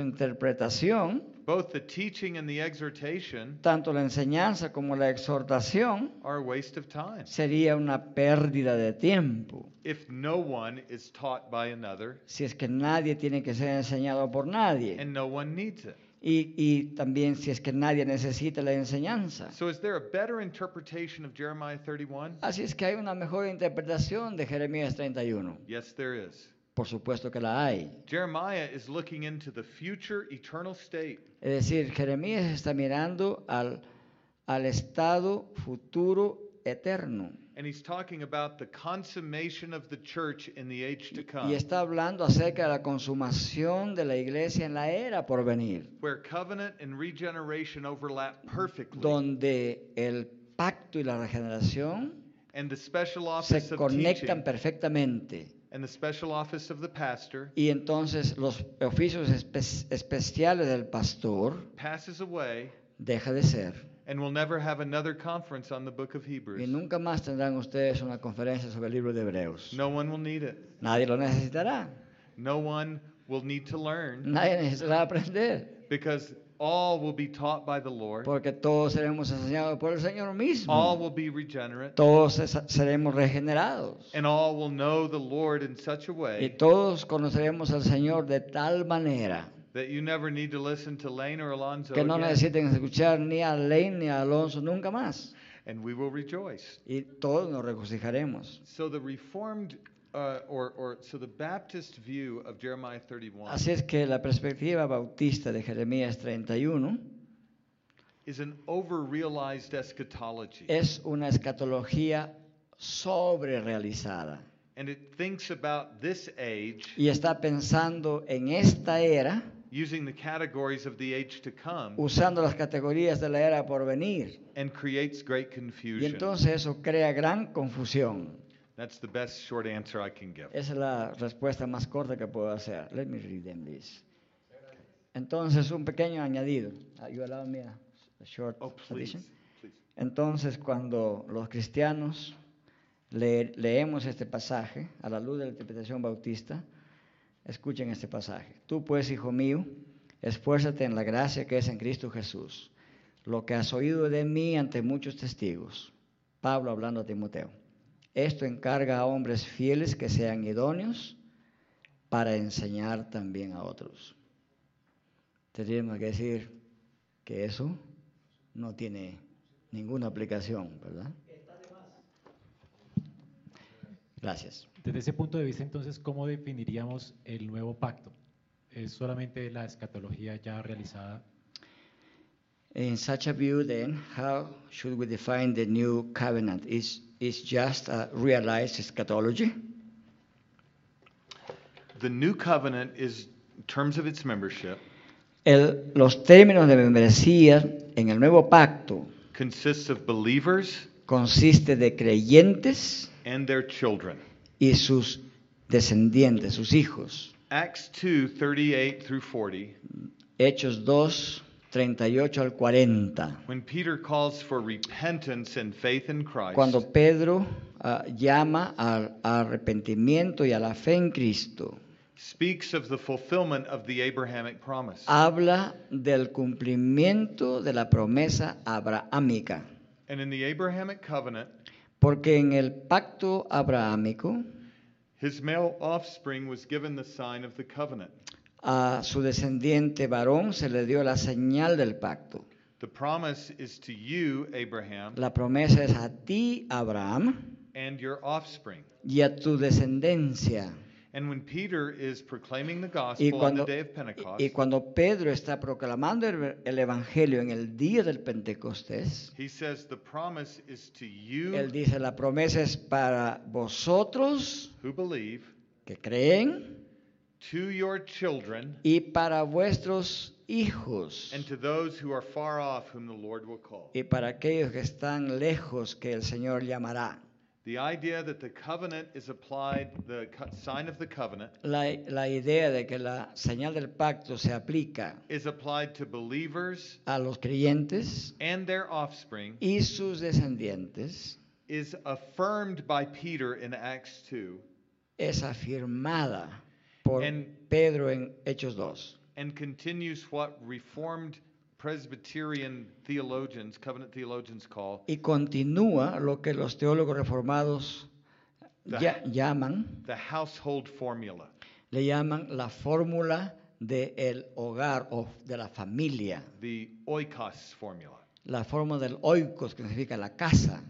A: interpretación,
B: both the teaching and the exhortation
A: tanto la enseñanza como la exhortación
B: are a waste of time
A: sería una pérdida de tiempo,
B: if no one is taught by another
A: si es que nadie tiene que ser enseñado por nadie,
B: and no one needs it.
A: y, y también si es que nadie necesita la enseñanza.
B: So is there a better interpretation of Jeremiah 31?
A: Así es que hay una mejor interpretación de Jeremías 31,
B: Yes, there is.
A: por supuesto que la hay.
B: Jeremiah is looking into the future eternal state
A: Es decir, Jeremías está mirando al, al estado futuro eterno
B: and he's talking about the consummation of the church in the age to come,
A: y está hablando acerca de la consumación de la iglesia en la era por venir,
B: where covenant and regeneration overlap
A: Mm,
B: perfectly,
A: donde el pacto y la regeneración
B: and the special office
A: se
B: of
A: conectan
B: teaching
A: perfectamente.
B: and the special office of the pastor
A: Y entonces los oficios espe- especiales del pastor
B: passes away
A: deja de ser.
B: and we'll never have another conference on the book of
A: Y
B: Hebrews.
A: nunca más tendrán ustedes una conferencia sobre el libro de Hebreos.
B: No one will need it.
A: Nadie lo necesitará.
B: No one will need to learn
A: Nadie necesitará aprender.
B: because all will be taught by the Lord.
A: Porque todos seremos enseñados por el Señor
B: All
A: mismo.
B: will be regenerate
A: Todos se- seremos regenerados.
B: and all will know the Lord in such a
A: Y
B: way
A: todos conoceremos al Señor de tal manera
B: that you never need to listen to Lane or Alonzo
A: que no
B: again,
A: necesiten escuchar ni a Lane ni a Alonso nunca más.
B: and we will rejoice.
A: Y todos nos regocijaremos.
B: So the Reformed uh, or, or so the Baptist view of Jeremiah 31
A: Así es que la perspectiva bautista de Jeremías 31
B: is an over-realized eschatology.
A: es una escatología sobre realizada.
B: and it thinks about this age
A: y está pensando en esta era,
B: using the categories of the age to come
A: usando las categorías de la era por venir.
B: and creates great
A: Y
B: confusion.
A: entonces eso crea gran confusión.
B: That's the best short answer I can give.
A: Esa es la respuesta más corta que puedo hacer. Let me read them this. Entonces, un pequeño añadido. Ah, You allow me a, a short
B: Oh, please.
A: addition?
B: please.
A: Entonces, cuando los cristianos le- leemos este pasaje a la luz de la interpretación bautista, escuchen este pasaje. Tú pues, hijo mío, esfuérzate en la gracia que es en Cristo Jesús. Lo que has oído de mí ante muchos testigos. Pablo hablando a Timoteo. Esto encarga a hombres fieles que sean idóneos para enseñar también a otros. Tendríamos que decir que eso no tiene ninguna aplicación, ¿verdad? Gracias.
E: Desde ese punto de vista, entonces, ¿cómo definiríamos el nuevo pacto? ¿Es solamente la escatología ya realizada?
A: In such a view, then, how should we define the new covenant? Is is just a realized eschatology?
B: The new covenant is in terms of its membership
A: El- los términos de membresía en el nuevo pacto
B: consists of believers
A: consiste de creyentes
B: and their children.
A: y sus descendientes, sus hijos.
B: Acts 2 38 through 40,
A: Hechos 2, 38 al 40.
B: when Peter calls for repentance and faith in Christ,
A: Cuando Pedro ah, llama al arrepentimiento y a la fe en Cristo,
B: speaks of the fulfillment of the Abrahamic promise.
A: Ah. habla del cumplimiento de la promesa abrahámica.
B: And in the Abrahamic covenant,
A: Porque en el pacto abrahámico,
B: his male offspring was given the sign of the covenant.
A: a su descendiente varón se le dio la señal del pacto.
B: The promise is to you, Abraham,
A: La promesa es a ti, Abraham,
B: and your offspring.
A: y a tu descendencia.
B: And when Peter is proclaiming the
A: Y
B: gospel on the
A: cuando,
B: day of Pentecost,
A: y cuando Pedro está proclamando el, el Evangelio en el día del Pentecostés,
B: he says the promise is to
A: él
B: you
A: dice, la promesa es para vosotros
B: who believe,
A: que creen
B: to your children,
A: y para vuestros hijos
B: and to those who are far off, whom the Lord will call.
A: y para aquellos que están lejos que el Señor llamará.
B: The idea that the covenant is applied, the co- sign of the covenant,
A: La, la idea de que la señal del pacto se aplica
B: is applied to believers
A: a los creyentes
B: and their offspring
A: y sus descendientes
B: is affirmed by Peter in Acts 2
A: es afirmada por
B: En-
A: Pedro en Hechos 2
B: and continues what Reformed Presbyterian theologians, covenant theologians call
A: y continúa lo que los teólogos reformados ya-
B: The-
A: llaman,
B: the household formula.
A: le llaman la fórmula del hogar o de la familia,
B: the oikos formula.
A: la fórmula del oikos que significa la casa.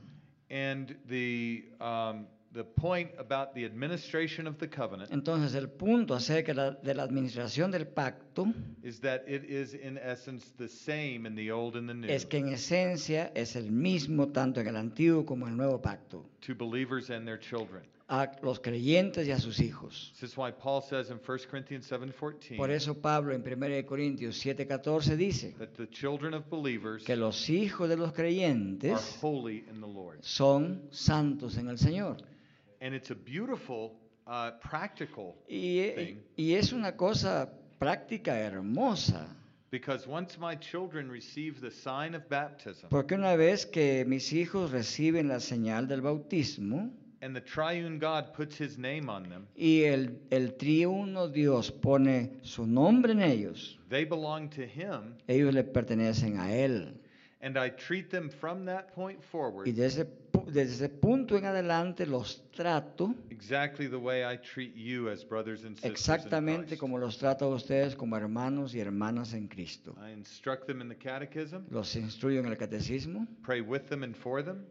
B: And the, um, the point about the administration of the covenant
A: Entonces el punto acerca de la- de la administración del pacto
B: is that it is in essence the same in the old and the new
A: es que en esencia es el mismo tanto en el antiguo como en el nuevo pacto,
B: to believers and their children.
A: a los creyentes y a sus hijos.
B: This is why Paul says in 1 Corinthians 7:14
A: Por eso Pablo en 1 de Corintios 7:14 dice
B: that the children of believers
A: que los hijos de los
B: are
A: creyentes
B: holy in the Lord.
A: son santos en el Señor.
B: And it's a beautiful uh, practical
A: Y, eh,
B: thing
A: y es una cosa práctica hermosa,
B: because once my children receive the sign of baptism
A: porque una vez que mis hijos reciben la señal del bautismo,
B: and the triune God puts his name on them,
A: y el, el triuno Dios pone su nombre en ellos,
B: they belong to him
A: ellos le pertenecen a Él.
B: And I treat them from that point
A: Y
B: forward
A: desde, pu- desde ese punto en adelante los trato
B: exactly the way I treat you as brothers and sisters. in
A: exactamente
B: Christ.
A: como los trato a ustedes como hermanos y hermanas en Cristo.
B: I instruct them in the catechism,
A: Los instruyo en el catecismo,
B: pray with them and for them,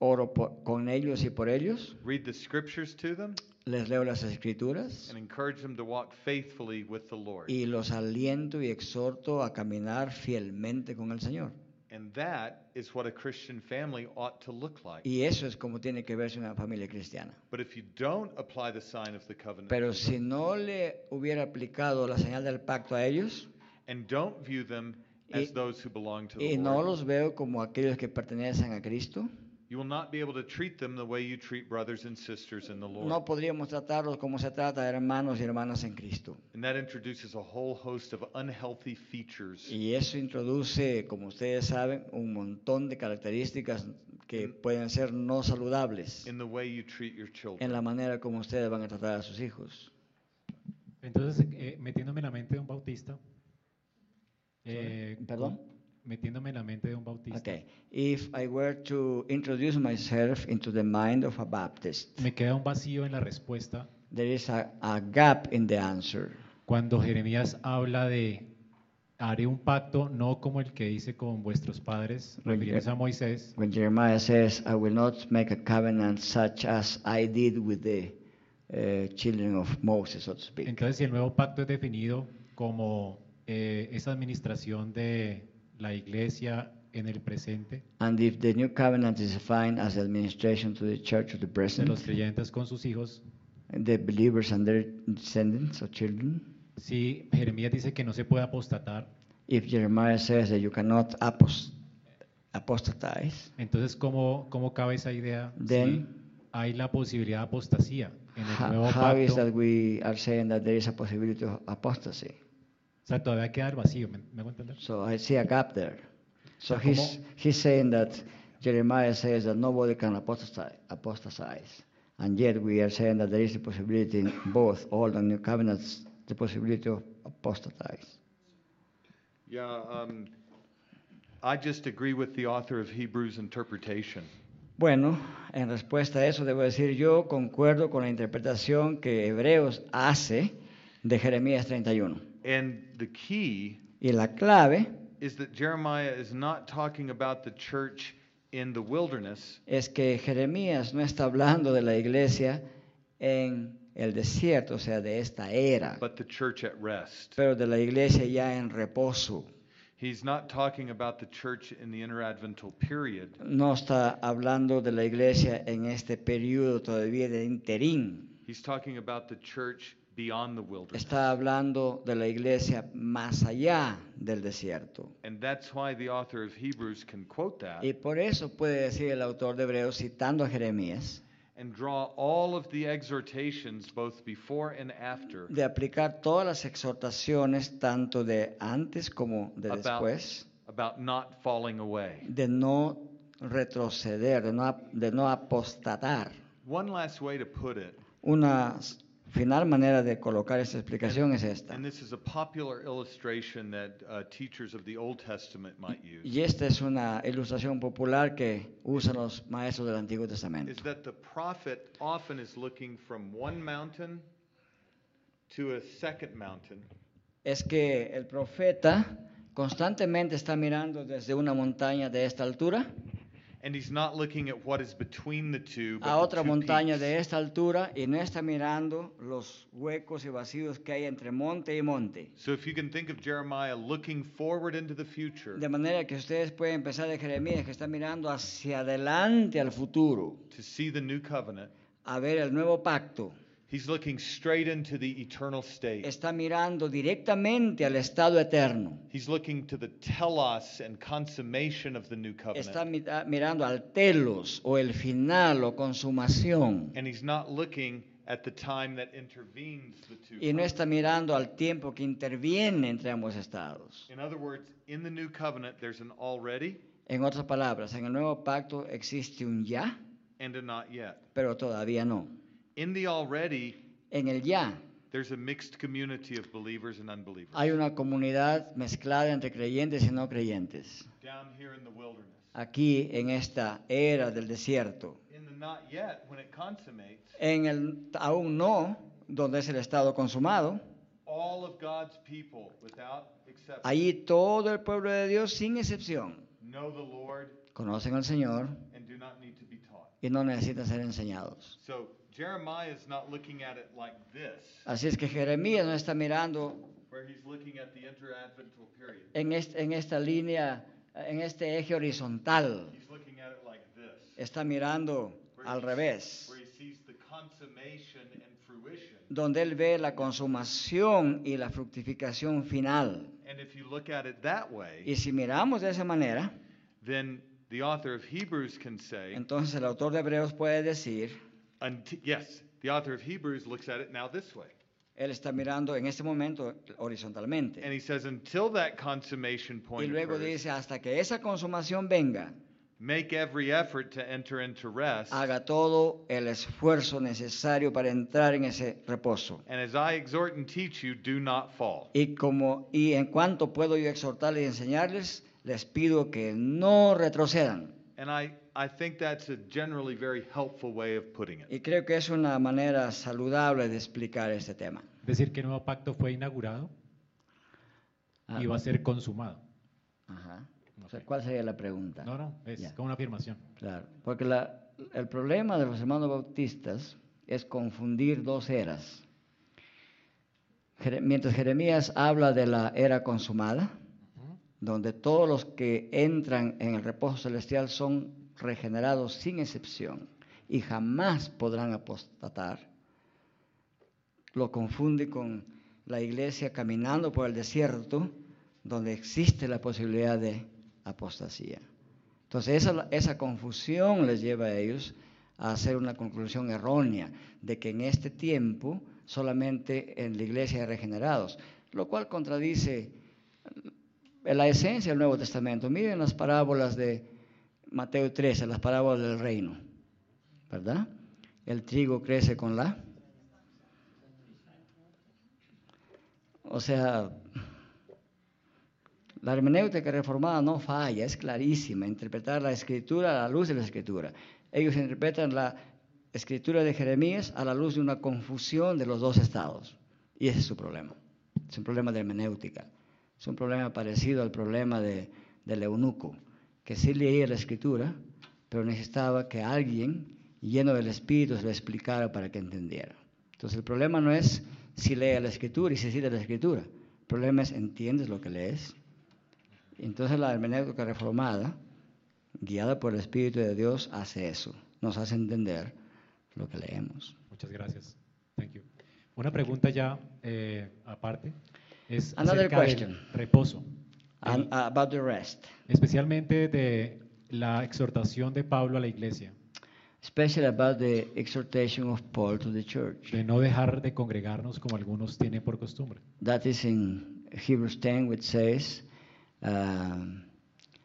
A: oro por- con ellos y por ellos,
B: read the scriptures to them,
A: les leo las escrituras
B: and encourage them to walk faithfully
A: E-
B: with the Lord.
A: y los aliento y exhorto a caminar fielmente con el Señor.
B: And that is what a Christian family ought to look like.
A: Y eso es como tiene que verse una familia cristiana.
B: But if you don't apply the sign of the covenant
A: Pero
B: to them,
A: si no le hubiera aplicado la señal del pacto a ellos,
B: and don't view them
A: Y-
B: as those who belong to
A: y
B: the
A: E- no
B: Lord,
A: los veo como aquellos que pertenecen a Cristo,
B: you will not be able to treat them the way you treat brothers and sisters in the Lord.
A: no podríamos tratarlos como se trata de hermanos y hermanas en Cristo.
B: And that introduces a whole host of unhealthy features
A: Y eso introduce, como ustedes saben, un montón de características que pueden ser no saludables
B: in the way you treat your
A: en
B: children.
A: la manera como ustedes van a tratar a sus hijos.
E: Entonces, eh, metiéndome en la mente de un bautista. eh,
A: ¿Perdón?
E: con- Metiéndome en la mente de un bautista.
A: Okay. If I were to introduce myself into the mind of a Baptist,
E: Me queda un vacío en la respuesta
A: there is a, a gap in the answer.
E: cuando Jeremías habla de haré un pacto no como el que hice con vuestros padres,
A: Muy
E: refiriéndose
A: bien.
E: a Moisés,
A: When Jeremiah says, I will not make a covenant such as I did with the uh, children of Moses, so to speak.
E: Entonces, si el nuevo pacto es definido como eh, esa administración de la iglesia en el presente,
A: And if the new covenant is defined as administration to the church of the
E: de los
A: present,
E: creyentes con sus hijos,
A: the believers and their descendants or children,
E: si Jeremías dice que no se puede apostatar,
A: if Jeremiah says that you cannot apost- apostatize,
E: entonces, ¿cómo, cómo cabe esa idea? si
A: Then-
E: hay la posibilidad de apostasía en el nuevo
A: ho- how is
E: pacto.
A: that we are saying that there is a possibility of apostasy?
E: O sea, todavía queda el vacío, ¿me, me hago entender?
A: So I see a gap there. So
E: Como-
A: he's, he's saying that Jeremiah says that nobody can apostatize, apostatize. And yet we are saying that there is a possibility in both Old and New Covenants, the possibility of apostatize.
B: Yeah, um, I just agree with the author of Hebrews' interpretation.
A: Bueno, en respuesta a eso debo decir, yo concuerdo con la interpretación que Hebreos hace de Jeremías 31.
B: And the key
A: Y la clave
B: is that Jeremiah is not talking about the church in the wilderness,
A: es que Jeremías no está hablando de la iglesia en el desierto, o sea, de esta era,
B: but the church at rest.
A: pero de la iglesia ya en reposo.
B: He's not talking about the church in the interadvental period,
A: No está hablando de la iglesia en este periodo todavía de interín.
B: he's talking about the church beyond the wilderness.
A: Está hablando de la iglesia más allá del desierto.
B: And that's why the author of Hebrews can quote that
A: Y por eso puede decir el autor de Hebreos, citando a Jeremías,
B: and draw all of the exhortations, both before and after,
A: de aplicar todas las exhortaciones, tanto de antes como de
B: About-
A: después,
B: about not falling away.
A: de no retroceder, de no, ap- de no apostatar.
B: One last way to put it,
A: Una s- final manera de colocar esta explicación es esta.
B: and this is a popular illustration that uh, teachers of the Old Testament might use.
A: Y esta es una ilustración popular que usan los maestros del Antiguo
B: is
A: Testamento.
B: that the prophet often is looking from one mountain to a second mountain
A: Es que el profeta constantemente está mirando desde una montaña de esta altura
B: and he's not looking at what is between the two but
A: a
B: the
A: otra
B: two
A: montaña
B: peaks.
A: de esta altura y no está mirando los huecos y vacíos que hay entre monte y monte.
B: so if you can think of jeremiah looking forward into the future
A: De manera que ustedes pueden pensar de Jeremías que está mirando hacia adelante al futuro,
B: to see the new covenant
A: a ver el nuevo pacto.
B: he's looking straight into the eternal state
A: Está mirando directamente al estado eterno.
B: he's looking to the telos and consummation of the new covenant
A: Está mi- ah, mirando al telos o el final o consumación.
B: and he's not looking at the time that intervenes the two
A: Y no
B: covenants.
A: está mirando al tiempo que interviene entre ambos estados.
B: in other words in the new covenant there's an already
A: En otras palabras, en el nuevo pacto existe un ya,
B: and a not yet
A: pero todavía no.
B: In the already,
A: En el ya
B: there's a mixed community of believers and unbelievers.
A: hay una comunidad mezclada entre creyentes y no creyentes.
B: Down here in the wilderness.
A: Aquí en esta era del desierto.
B: In the not yet, when it consummates,
A: En el aún no, donde es el estado consumado,
B: all of God's people, without exception,
A: allí todo el pueblo de Dios sin excepción
B: know the Lord
A: conocen al Señor
B: and do not need to be taught.
A: y no necesitan ser enseñados.
B: So Jeremiah is not looking at it like this,
A: Así es que Jeremías no está mirando
B: where he's looking at the interadvental period.
A: en, est- en esta línea en este eje horizontal.
B: He's looking at it like this,
A: Está mirando
B: where
A: al
B: he-
A: revés,
B: where he sees the consummation and fruition.
A: donde él ve la consumación y la fructificación final.
B: And if you look at it that way,
A: Y si miramos de esa manera,
B: then the author of Hebrews can say,
A: entonces el autor de Hebreos puede decir,
B: unti- yes, the author of Hebrews looks at it now this way.
A: él está mirando en este momento
B: And
A: horizontalmente.
B: he says, until that consummation
A: Y
B: point
A: luego
B: occurs,
A: dice, hasta que esa consumación venga,
B: make every effort to enter into rest.
A: haga todo el esfuerzo necesario para entrar en ese reposo.
B: And as I exhort and teach you, do not fall.
A: Y como y en cuanto puedo yo exhortarles y enseñarles, les pido que no retrocedan.
B: And I, I think that's a generally very helpful way of putting it.
A: Y creo que es una manera saludable de explicar este tema.
E: Es decir, que el nuevo pacto fue inaugurado
A: Ah,
E: y va a ser consumado.
A: ajá. O sea,
E: Ok.
A: ¿Cuál sería la pregunta?
E: No, no, es
A: Ya,
E: como una afirmación.
A: claro. Porque la- el problema de los hermanos bautistas es confundir dos eras. Jere- mientras Jeremías habla de la era consumada, donde todos los que entran en el reposo celestial son regenerados sin excepción y jamás podrán apostatar, lo confunde con la iglesia caminando por el desierto, donde existe la posibilidad de apostasía. Entonces esa, esa confusión les lleva a ellos a hacer una conclusión errónea de que en este tiempo solamente en la iglesia hay regenerados, lo cual contradice la esencia del Nuevo Testamento. Miren las parábolas de Mateo 13, las parábolas del reino, ¿verdad? El trigo crece con la... O sea, la hermenéutica reformada no falla, es clarísima, interpretar la escritura a la luz de la escritura. Ellos interpretan la escritura de Jeremías a la luz de una confusión de los dos estados. Y ese es su problema. Es un problema de hermenéutica. Es un problema parecido al problema de, del eunuco, que sí leía la escritura, pero necesitaba que alguien lleno del Espíritu se lo explicara para que entendiera. Entonces el problema no es si lee la escritura y si cita la escritura. El problema es, ¿entiendes lo que lees? Entonces la hermenéutica reformada, guiada por el Espíritu de Dios, hace eso, nos hace entender lo que leemos.
E: Muchas gracias. Thank you. Una pregunta ya eh, aparte es
A: Another
E: acerca del
A: question.
E: reposo,
A: And about the rest,
E: especialmente de la exhortación de Pablo a la iglesia
A: especially about the exhortation of Paul to the church.
E: de no dejar de congregarnos como algunos tienen por costumbre.
A: That is in Hebrews 10, which says um,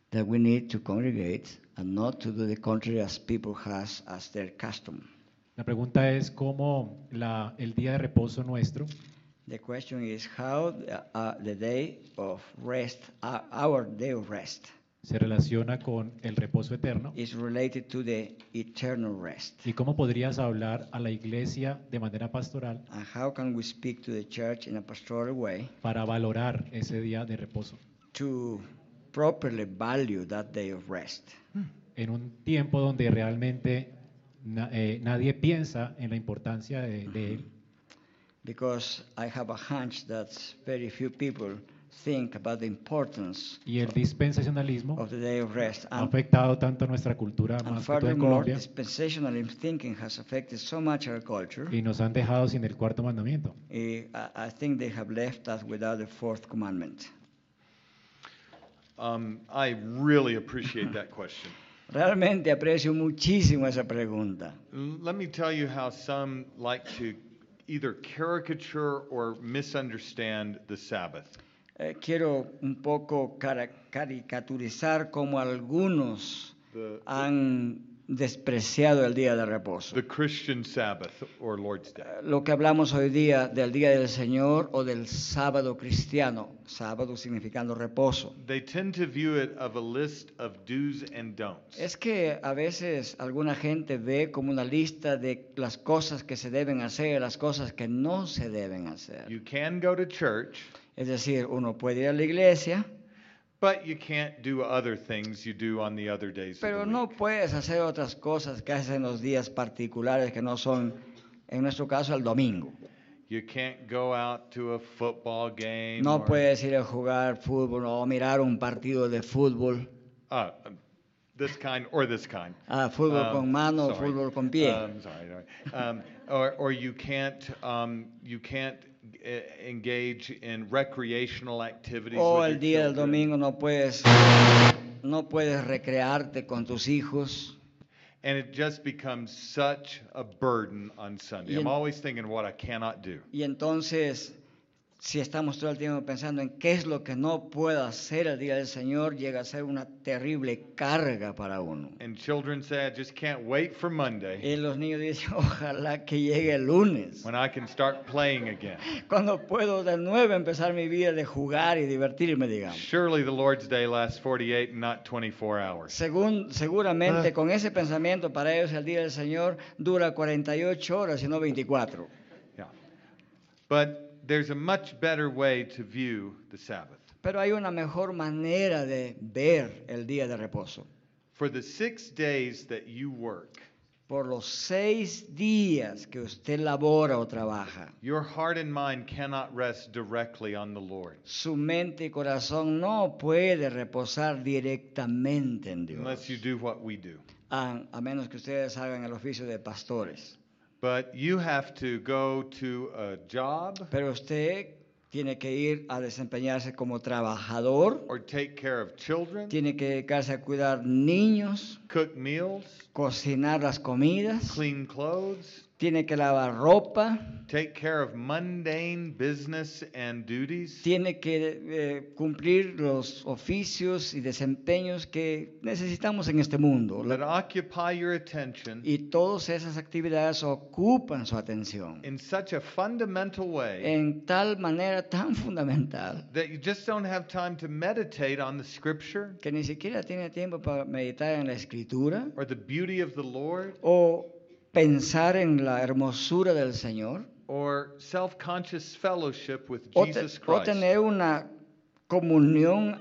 A: that we need to congregate and not to do the contrary as people has as their custom.
E: La pregunta es cómo la- el día de reposo nuestro
A: The question is how the, uh, the day of rest, uh, our day of rest,
E: se relaciona con el reposo eterno
A: is related to the eternal rest.
E: y cómo podrías hablar a la iglesia de manera pastoral
A: And how can we speak to the church in a pastoral way
E: para valorar ese día de reposo
A: to properly value that day of rest?
E: en un tiempo donde realmente na- eh, nadie piensa en la importancia de, de él
A: Because I have a hunch that very few people think about the importance
E: y el dispensacionalismo
A: of the day of rest.
E: ha
A: And,
E: afectado tanto nuestra cultura
A: and
E: más que todo en
A: furthermore,
E: Colombia
A: dispensationalism thinking has affected so much our culture.
E: y nos han dejado sin el cuarto mandamiento.
A: Eh, I, I think they have left us without the fourth commandment.
B: Um, I really appreciate that question.
A: Realmente aprecio muchísimo esa pregunta.
B: L- Let me tell you how some like to either caricature or misunderstand the Sabbath.
A: Eh, quiero un poco cara- caricaturizar cómo algunos
B: The,
A: han despreciado el día de reposo. Eh,
B: the Christian Sabbath or Lord's Day.
A: Lo que hablamos hoy día del día del Señor o del sábado cristiano, sábado significando reposo.
B: They tend to view it of a list of do's and don'ts.
A: Es que a veces alguna gente ve como una lista de las cosas que se deben hacer y las cosas que no se deben hacer.
B: You can go to church,
A: Es decir, uno puede ir a la iglesia,
B: but you can't do other things you do on the other days
A: Pero
B: of the
A: no
B: week.
A: puedes hacer otras cosas que haces en los días particulares que no son, en nuestro caso, el domingo.
B: You can't go out to a football game.
A: No
B: or-
A: puedes ir a jugar fútbol o mirar un partido de fútbol.
B: uh, um, this kind or this kind.
A: Ah, fútbol con mano, fútbol con pie.
B: Um, sorry, sorry. Um, or, or you can't um, you can't uh, engage in recreational activities.
A: O
B: with
A: Oh, el
B: your
A: día del
B: children.
A: domingo no puedes, no puedes recrearte con tus hijos.
B: And it just becomes such a burden on Sunday. I'm
A: Y-
B: always thinking what I cannot do.
A: Y entonces, si estamos todo el tiempo pensando en qué es lo que no puedo hacer el día del Señor, llega a ser una terrible carga para uno.
B: And children say, I just can't wait for Monday
A: Y los niños dicen, ojalá que llegue el lunes,
B: when I can start playing again.
A: cuando puedo de nuevo empezar mi vida de jugar y divertirme, digamos.
B: Surely the Lord's Day lasts 48 and not 24 hours.
A: Según,
B: Ah.
A: seguramente con ese pensamiento para ellos el día del Señor dura 48 horas y no 24.
B: Yeah. But there's a much better way to view the Sabbath.
A: Pero hay una mejor manera de ver el día de reposo.
B: For the six days that you work,
A: Por los seis días que usted labora o trabaja,
B: your heart and mind cannot rest directly on the Lord
A: su mente y corazón no puede reposar directamente en Dios.
B: unless you do what we do.
A: A, a menos que ustedes hagan el oficio de pastores.
B: But you have to go to a job
A: Pero usted tiene que ir a desempeñarse como trabajador,
B: or take care of children,
A: tiene que dedicarse a cuidar niños,
B: cook meals,
A: cocinar las comidas,
B: clean clothes,
A: tiene que lavar ropa,
B: take care of mundane business and duties.
A: tiene que eh, cumplir los oficios y desempeños que necesitamos en este mundo.
B: that
A: La-
B: occupy your attention
A: Y todas esas actividades ocupan su atención
B: in such a fundamental way
A: en tal manera tan fundamental
B: that you just don't have time to meditate on the scripture
A: que ni siquiera tiene tiempo para meditar en la escritura
B: or the beauty of the Lord
A: o pensar en la hermosura del Señor
B: or self conscious fellowship with
A: o, te-
B: Jesus
A: o
B: Christ.
A: tener una comunión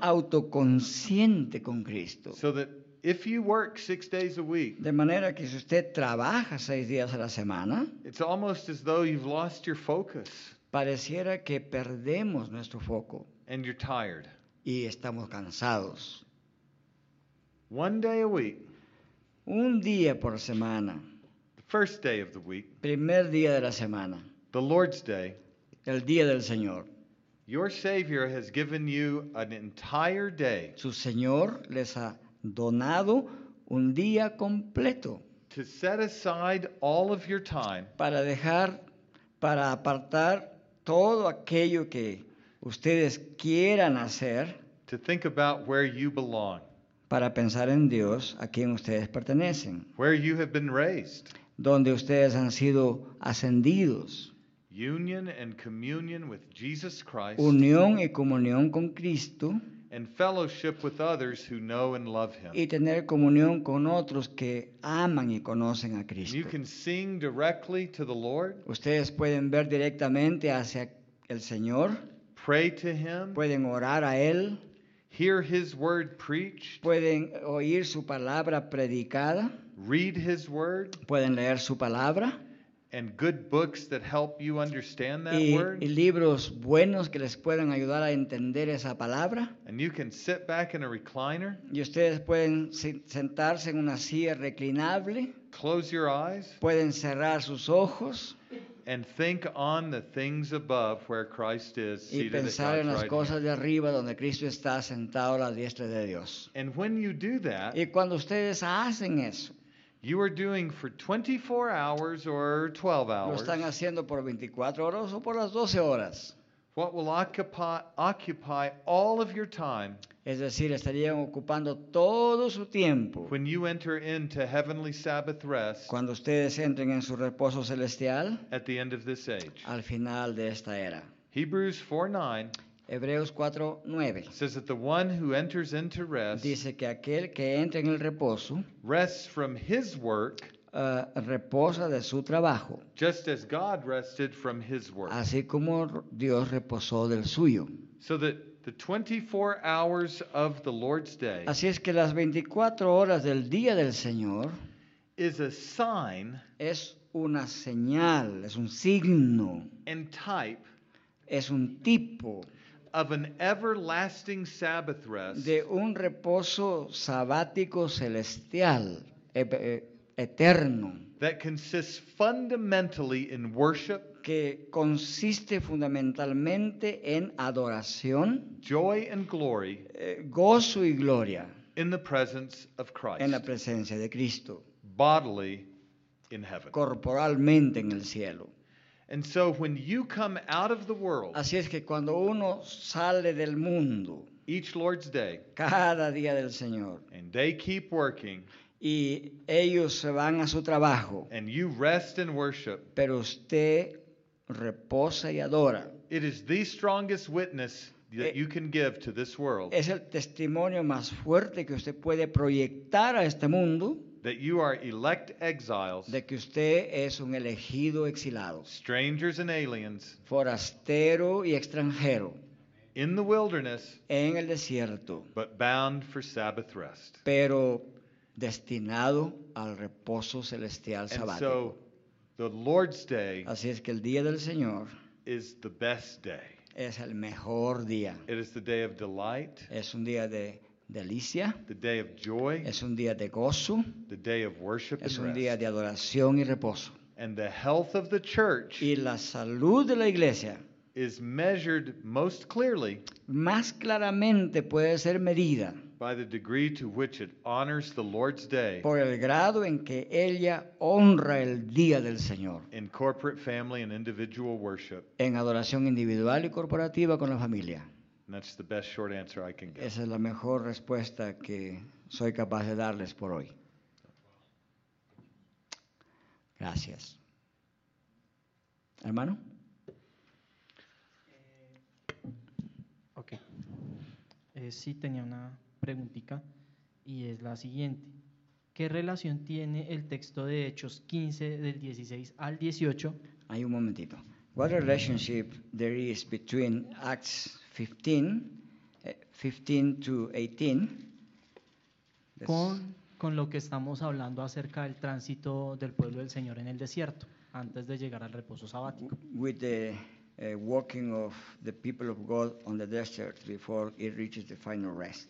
A: autoconsciente con Cristo.
B: So that if you work six days a week,
A: De manera que si usted trabaja seis días a la semana,
B: it's almost as though you've lost your focus
A: pareciera que perdemos nuestro foco
B: and you're tired.
A: y estamos cansados.
B: One day a week,
A: Un día por semana,
B: the first day of the week,
A: primer día de la semana,
B: the Lord's Day,
A: el día del Señor.
B: your Savior has given you an entire day
A: Su Señor les ha donado un día completo
B: to set aside all of your time
A: para dejar, para apartar todo aquello que ustedes quieran hacer
B: to think about where you belong,
A: para pensar en Dios a quien ustedes pertenecen,
B: where you have been raised.
A: donde ustedes han sido ascendidos.
B: Union and communion with Jesus Christ
A: unión y comunión con Cristo
B: and fellowship with others who know and love Him.
A: y tener comunión con otros que aman y conocen a
B: And you
A: Cristo.
B: can sing directly to the Lord,
A: Ustedes pueden ver directamente hacia el Señor,
B: pray to Him,
A: pueden orar a Él,
B: hear His word preached,
A: pueden oír su palabra predicada,
B: read His word,
A: pueden leer su palabra
B: and good books that help you understand that
A: y, y
B: word.
A: libros buenos que les puedan ayudar a entender esa palabra.
B: And you can sit back in a recliner,
A: Y ustedes pueden se- sentarse en una silla reclinable,
B: close your eyes,
A: pueden cerrar sus ojos
B: and think on the things above where Christ is
A: y
B: seated at
A: pensar en
B: God's
A: las
B: right hand.
A: cosas de arriba donde Cristo está sentado a la diestra de Dios.
B: And when you do that,
A: Y cuando ustedes hacen eso,
B: you are doing for 24 hours or 12
A: lo están
B: hours
A: haciendo por 24 horas o por las 12 horas.
B: what will occupy, occupy all of your time
A: Es decir, estarían ocupando todo su tiempo.
B: when you enter into heavenly Sabbath rest
A: Cuando ustedes entren en su reposo celestial
B: at the end of this age.
A: al final de esta era.
B: Hebrews 4:9
A: Hebreos 4:9
B: says that the one who enters into rest
A: dice que aquel que entra en el reposo
B: rests from his work
A: ah, reposa de su trabajo,
B: just as God rested from his work.
A: así como Dios reposó del suyo.
B: So that the 24 hours of the Lord's day
A: Así es que las 24 horas del día del Señor
B: is a sign
A: es una señal, es un signo,
B: and type
A: es un tipo
B: of an everlasting Sabbath rest
A: de un reposo sabático celestial, e- e- eterno,
B: that consists fundamentally in worship,
A: que consiste fundamentalmente en adoración,
B: joy, and glory
A: eh, gozo y gloria
B: in the presence of Christ,
A: en la presencia de Cristo,
B: bodily in heaven.
A: corporalmente en el cielo.
B: And so when you come out of the world
A: Así es que cuando uno sale del mundo
B: each Lord's day
A: cada día del Señor
B: and they keep working
A: y ellos se van a su trabajo,
B: and you rest and worship,
A: pero usted reposa y adora,
B: it is the strongest witness
A: Eh,
B: that you can give to this world
A: es el testimonio más fuerte que usted puede proyectar a este mundo
B: that you are elect exiles,
A: de que usted es un elegido exilado,
B: strangers and aliens
A: forastero y extranjero
B: in the wilderness,
A: en el desierto,
B: but bound for Sabbath rest.
A: pero destinado al reposo celestial
B: And so
A: sabático.
B: the Lord's day
A: Así es que el día del Señor
B: is the best day.
A: es el mejor día.
B: It is the day of delight,
A: Es un día de delicia,
B: the day of joy,
A: es un día de gozo,
B: the day of worship
A: es un
B: and
A: día
B: rest.
A: de adoración y reposo.
B: And the health of the church
A: Y la salud de la iglesia
B: is measured most clearly
A: más claramente puede ser medida
B: by the degree to which it honors the Lord's day
A: por el grado en que ella honra el día del Señor
B: in corporate family and individual worship.
A: en adoración individual y corporativa con la familia.
B: And that's the best short answer I can give.
A: Esa es la mejor respuesta que soy capaz de darles por hoy. Gracias. Hermano,
F: Ok. Eh, sí tenía una preguntita y es la siguiente. ¿Qué relación tiene el texto de Hechos 15 del 16 al 18?
A: hay un momentito. What relationship there is between Acts 15, eh, 15 to 18? That's-
F: Con, con lo que estamos hablando acerca del tránsito del pueblo del Señor en el desierto, antes de llegar al reposo sabático.
A: with the uh, walking of the people of God on the desert before it reaches the final rest.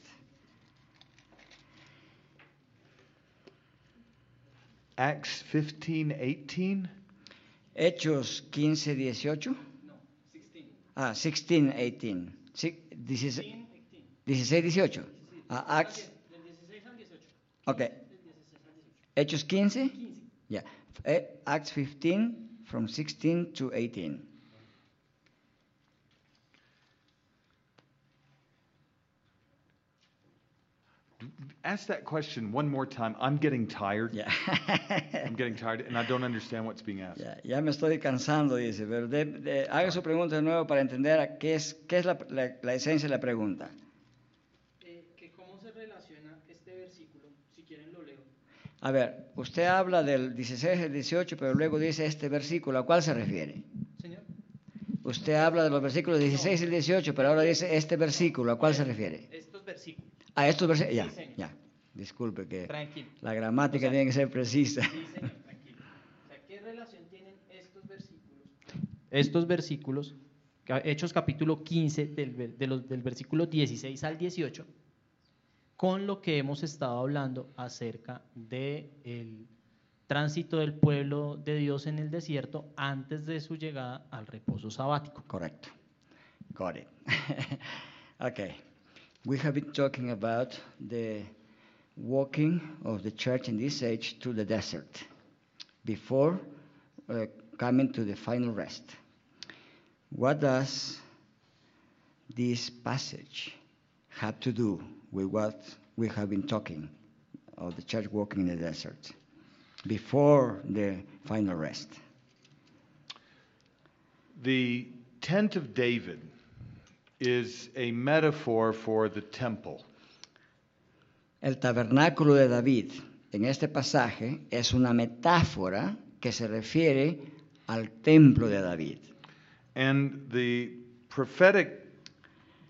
B: Acts 15, 18.
A: Hechos 15, 18? No, 16. Ah, 16, 18. Si- this is, 16, 18. Ah, Acts. Okay. Hechos 15? Yeah. F- eh, Acts 15 from 16 to 18.
B: Ask that question one more time. I'm getting tired.
A: Yeah.
B: I'm getting tired, and I don't understand what's being asked.
A: Ya, ya me estoy cansando, dice, pero de- de- haga su pregunta de nuevo para entender a qué es, qué es la, la- la esencia de la pregunta.
F: Eh, que ¿Cómo se relaciona este versículo? Si quieren lo leo.
A: A ver, usted habla del 16 al 18, pero luego dice este versículo, ¿a cuál se refiere?
F: Señor.
A: Usted habla de los versículos 16 al 18, pero ahora dice este versículo, ¿a cuál se refiere?
F: Estos versículos.
A: A estos versículos, ya,
F: Sí, señor.
A: ya, disculpe que
F: Tranquilo.
A: la gramática tiene que ser precisa.
F: Sí, señor, tranquilo. O sea, ¿qué relación tienen estos versículos? Estos versículos, ca- Hechos capítulo 15, del, ve- de los- del versículo 16 al 18, con lo que hemos estado hablando acerca del tránsito del pueblo de Dios en el desierto antes de su llegada al reposo sabático.
A: Correct. Got it. okay. We have been talking about the walking of the church in this age to the desert before uh, coming to the final rest. What does this passage have to do with what we have been talking of the church walking in the desert before the final rest?
B: The tent of David is a metaphor for the temple.
A: El tabernáculo de David en este pasaje es una metáfora que se refiere al templo de David.
B: And the prophetic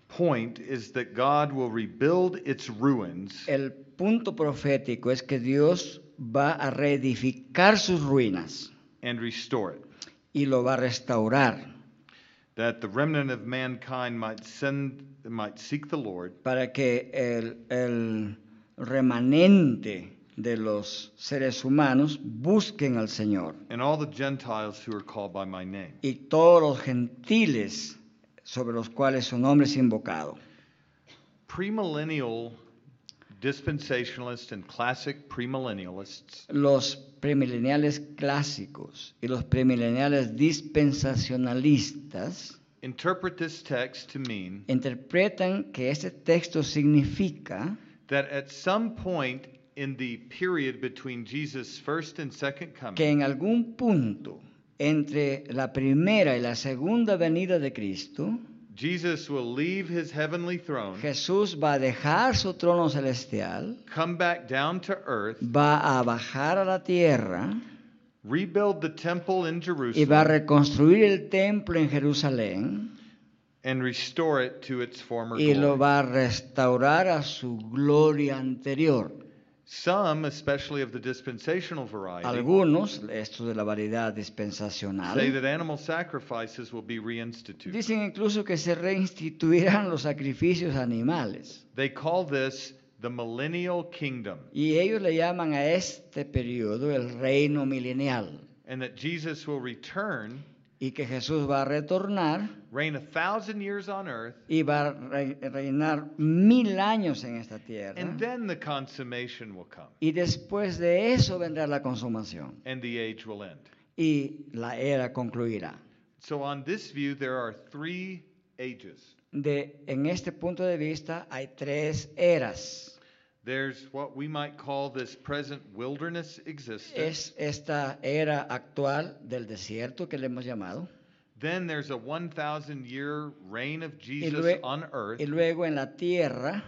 B: point is that God will rebuild its ruins
A: El punto profético es que Dios va a reedificar sus ruinas
B: and restore it.
A: y lo va a restaurar.
B: that the remnant of mankind might send might seek the Lord,
A: para que el, el remanente de los seres humanos busquen al Señor
B: and all the Gentiles who are called by my name.
A: y todos los gentiles sobre los cuales su nombre es invocado.
B: Premillennial dispensationalists and classic premillennialists
A: Los premileniales clásicos y los premileniales dispensacionalistas
B: interpret this text to mean
A: interpretan que este texto significa
B: that at some point in the period between Jesus' first and second
A: que
B: coming,
A: en algún punto entre la primera y la segunda venida de Cristo,
B: Jesus will leave his heavenly throne,
A: Jesús va a dejar su trono celestial,
B: come back down to earth,
A: va a bajar a la tierra
B: rebuild the temple in
A: y va a
B: Jerusalem,
A: reconstruir el templo en Jerusalén
B: and restore it to its former
A: y lo
B: glory.
A: va a restaurar a su gloria anterior.
B: Some, especially of the dispensational variety,
A: Algunos, esto de la variedad
B: say that
A: dispensacional,
B: animal sacrifices will be reinstituted.
A: dicen incluso que se reinstituirán los sacrificios animales.
B: They call this the millennial kingdom,
A: Y ellos le llaman a este periodo el reino milenial.
B: and that Jesus will return,
A: Y que Jesús va a retornar
B: reign a thousand years on earth,
A: y va a rei- reinar mil años en esta
B: and
A: tierra.
B: then the consummation will come,
A: Y después de eso vendrá la consumación
B: and the age will end.
A: y la era concluirá.
B: So, on this view, there are three ages
A: De, en este punto de vista hay tres eras.
B: there's what we might call this present wilderness existence,
A: Es esta era actual del desierto que le hemos llamado.
B: then there's a 1,000 year reign of Jesus
A: lue-
B: on earth.
A: Y luego en la tierra,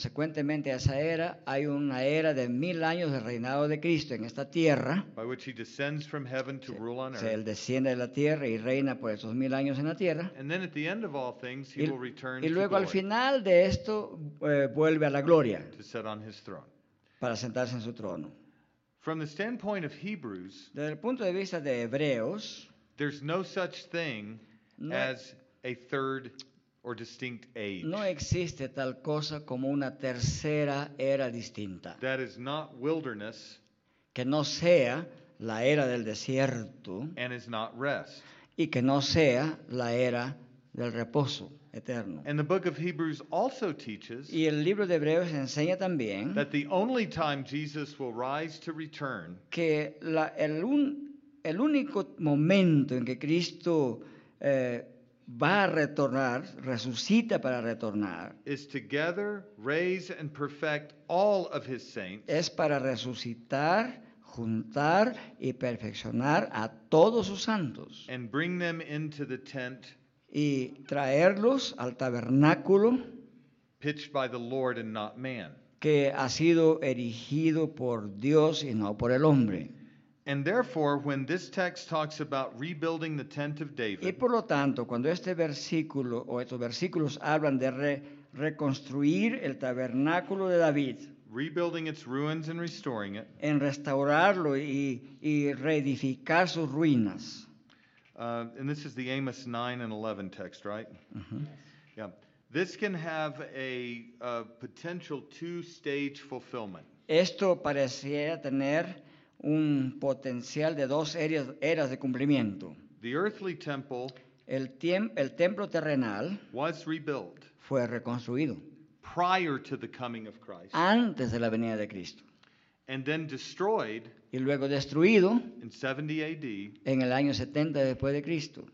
A: consecuentemente a esa era, hay una era de mil años de reinado de Cristo en esta tierra.
B: by which he descends from heaven to rule on
A: O sea, él
B: earth.
A: desciende de la tierra y reina por esos mil años en la tierra.
B: And then at the end of all things, he
A: Y,
B: will return
A: y
B: to,
A: luego al
B: glory,
A: final de esto eh, vuelve a la gloria
B: to sit on his throne.
A: para sentarse en su trono.
B: From the standpoint of Hebrews,
A: Desde el punto de vista de Hebreos,
B: there's no such thing
A: No-
B: as a third or distinct age.
A: no existe tal cosa como una tercera era distinta,
B: that is not wilderness
A: que no sea la era del desierto
B: and is not rest.
A: y que no sea la era del reposo eterno.
B: And the book of Hebrews also teaches
A: Y el libro de Hebreos enseña también
B: that the only time Jesus will rise to return
A: que la- el, un- el único momento en que Cristo eh, va a retornar, resucita para retornar,
B: is to gather, raise, and perfect all of his saints
A: es para resucitar, juntar y perfeccionar a todos sus santos
B: and bring them into the tent
A: y traerlos al tabernáculo
B: pitched by the Lord and not man.
A: que ha sido erigido por Dios y no por el hombre.
B: And therefore, when this text talks about rebuilding the tent of
A: Y
B: David,
A: por lo tanto, cuando este versículo o estos versículos hablan de re- reconstruir el tabernáculo de David,
B: rebuilding its ruins and restoring it,
A: en restaurarlo y, y reedificar sus ruinas,
B: uh, and this is the Amos 9 and 11 text, right? Yeah. This can have a, uh potential two stage fulfillment.
A: esto pareciera tener un potencial de dos eras, eras de cumplimiento.
B: The earthly temple
A: El, tiemp- el templo terrenal
B: was rebuilt
A: fue reconstruido
B: prior to the coming of Christ
A: antes de la venida de Cristo
B: and then destroyed
A: y luego destruido
B: in 70 AD
A: en el año 70 después de Cristo.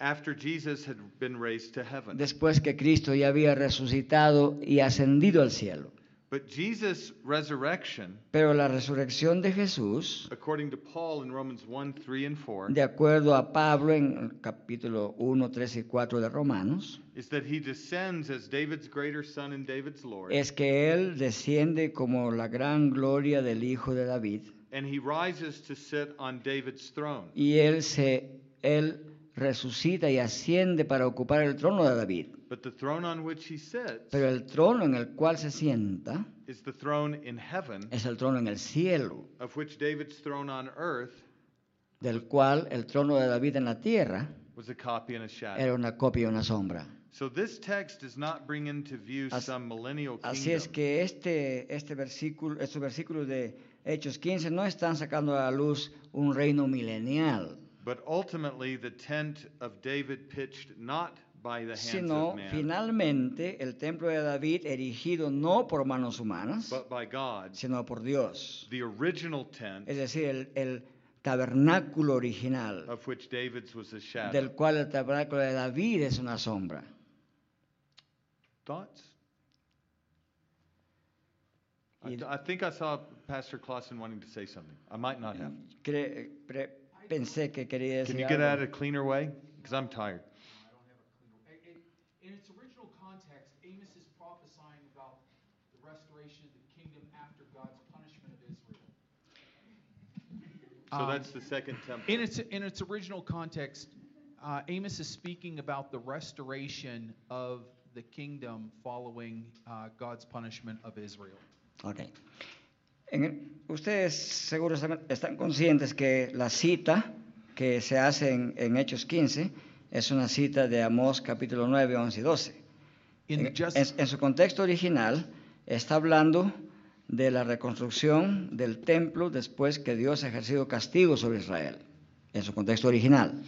B: after Jesus had been raised to heaven.
A: después que Cristo ya había resucitado y ascendido al cielo.
B: But Jesus' resurrection,
A: Pero la resurrección de Jesús,
B: according to Paul in Romans 1 3 and 4,
A: de acuerdo a Pablo en el capítulo 1, 3 y 4 de Romanos,
B: is that he descends as David's greater son and David's Lord,
A: es que Él desciende como la gran gloria del Hijo de David
B: and he rises to sit on David's throne.
A: y Él, se, él resucita y asciende para ocupar el trono de David.
B: But the throne on which he sits
A: Pero el trono en el cual se sienta
B: is the throne in heaven,
A: es el trono en el cielo,
B: of which David's throne on earth
A: del cual el trono de David en la tierra
B: was a copy and a shadow.
A: era una copia y una sombra.
B: So this text does not bring into view
A: As-
B: some millennial
A: Así es
B: kingdom.
A: que este, este versículo, estos versículos de Hechos 15 no están sacando a la luz un reino milenial,
B: But ultimately, the tent of David pitched not by the hands
A: sino
B: of man,
A: finalmente el templo de David erigido no por manos humanas,
B: but by God.
A: sino por Dios.
B: The original
A: Es
B: tent
A: decir, el, el tabernáculo original,
B: of which David's was a
A: del
B: shadow.
A: cual el tabernáculo de David es una sombra.
B: Thoughts? I,
A: Y-
B: I think I saw Pastor Clausen wanting to say something. I might not have.
A: Cre- pre- pensé que quería decir
B: Oh, Can you get at
A: algo.
B: it a cleaner way? Because I'm tired.
G: In its original context, Amos is prophesying about the restoration of the kingdom after God's punishment of Israel.
B: So
G: Um,
B: that's the second temple.
G: In its, in its original context, uh, Amos is speaking about the restoration of the kingdom following uh, God's punishment of Israel.
A: Ok. En- ustedes seguro están- están conscientes que la cita que se hace en, en Hechos 15 es una cita de Amós capítulo 9, 11 y 12.
G: In the
A: En,
G: just,
A: en- en su contexto original está hablando de la reconstrucción del templo después que Dios ha ejercido castigo sobre Israel, en su contexto original.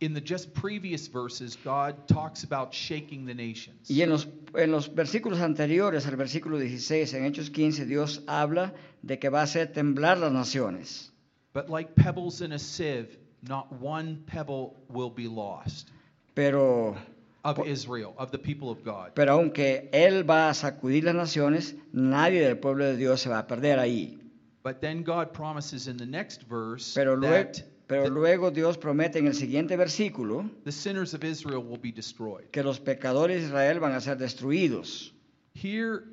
G: in the just previous verses, God talks about shaking the nations.
A: Y en los, en los versículos anteriores al versículo 16, en Hechos 15, Dios habla de que va a hacer temblar las naciones.
G: But like pebbles in a sieve, not one pebble will be lost
A: Pero,
G: of Israel, of the people of God.
A: pero aunque Él va a sacudir las naciones, nadie del pueblo de Dios se va a perder ahí.
G: But then God promises in the next verse
A: Pero, luego,
G: that
A: pero
G: the,
A: luego Dios promete en el siguiente versículo
G: the sinners of Israel will be destroyed.
A: que los pecadores de Israel van a ser destruidos.
G: Here,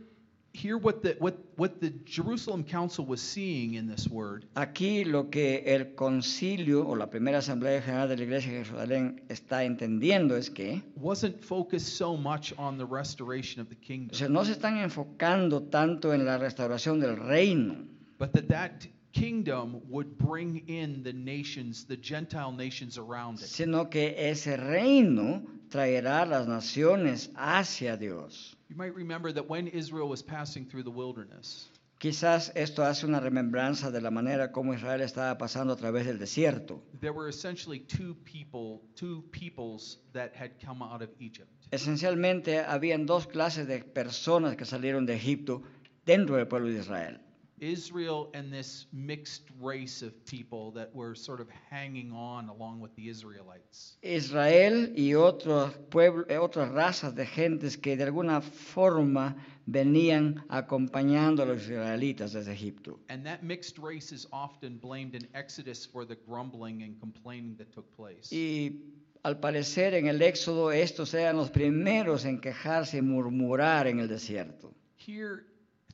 G: here what the what what the Jerusalem council was seeing in this word
A: Aquí lo que el concilio o la primera asamblea general de la iglesia de Jerusalén está entendiendo es que
G: wasn't focused so much on the restoration of the
A: o sea,
G: kingdom,
A: no se están enfocando tanto en la restauración del reino,
G: but that that kingdom would bring in the nations, the Gentile nations around it.
A: sino que ese reino traerá las naciones hacia Dios.
G: You might remember that when Israel was passing through the wilderness,
A: Quizás esto hace una remembranza de la manera como Israel estaba pasando a través del desierto.
G: there were essentially two people, two peoples that had come out of Egypt.
A: Esencialmente habían dos clases de personas que salieron de Egipto dentro del pueblo de Israel.
G: Israel and this mixed race of people that were sort of hanging on along with the Israelites.
A: Israel y otros pueblos, otras razas de gentes que de alguna forma venían acompañando a los israelitas desde Egipto.
G: And that mixed race is often blamed in Exodus for the grumbling and complaining that took place.
A: Y al parecer en el Éxodo estos eran los primeros en quejarse y murmurar en el desierto.
G: Here,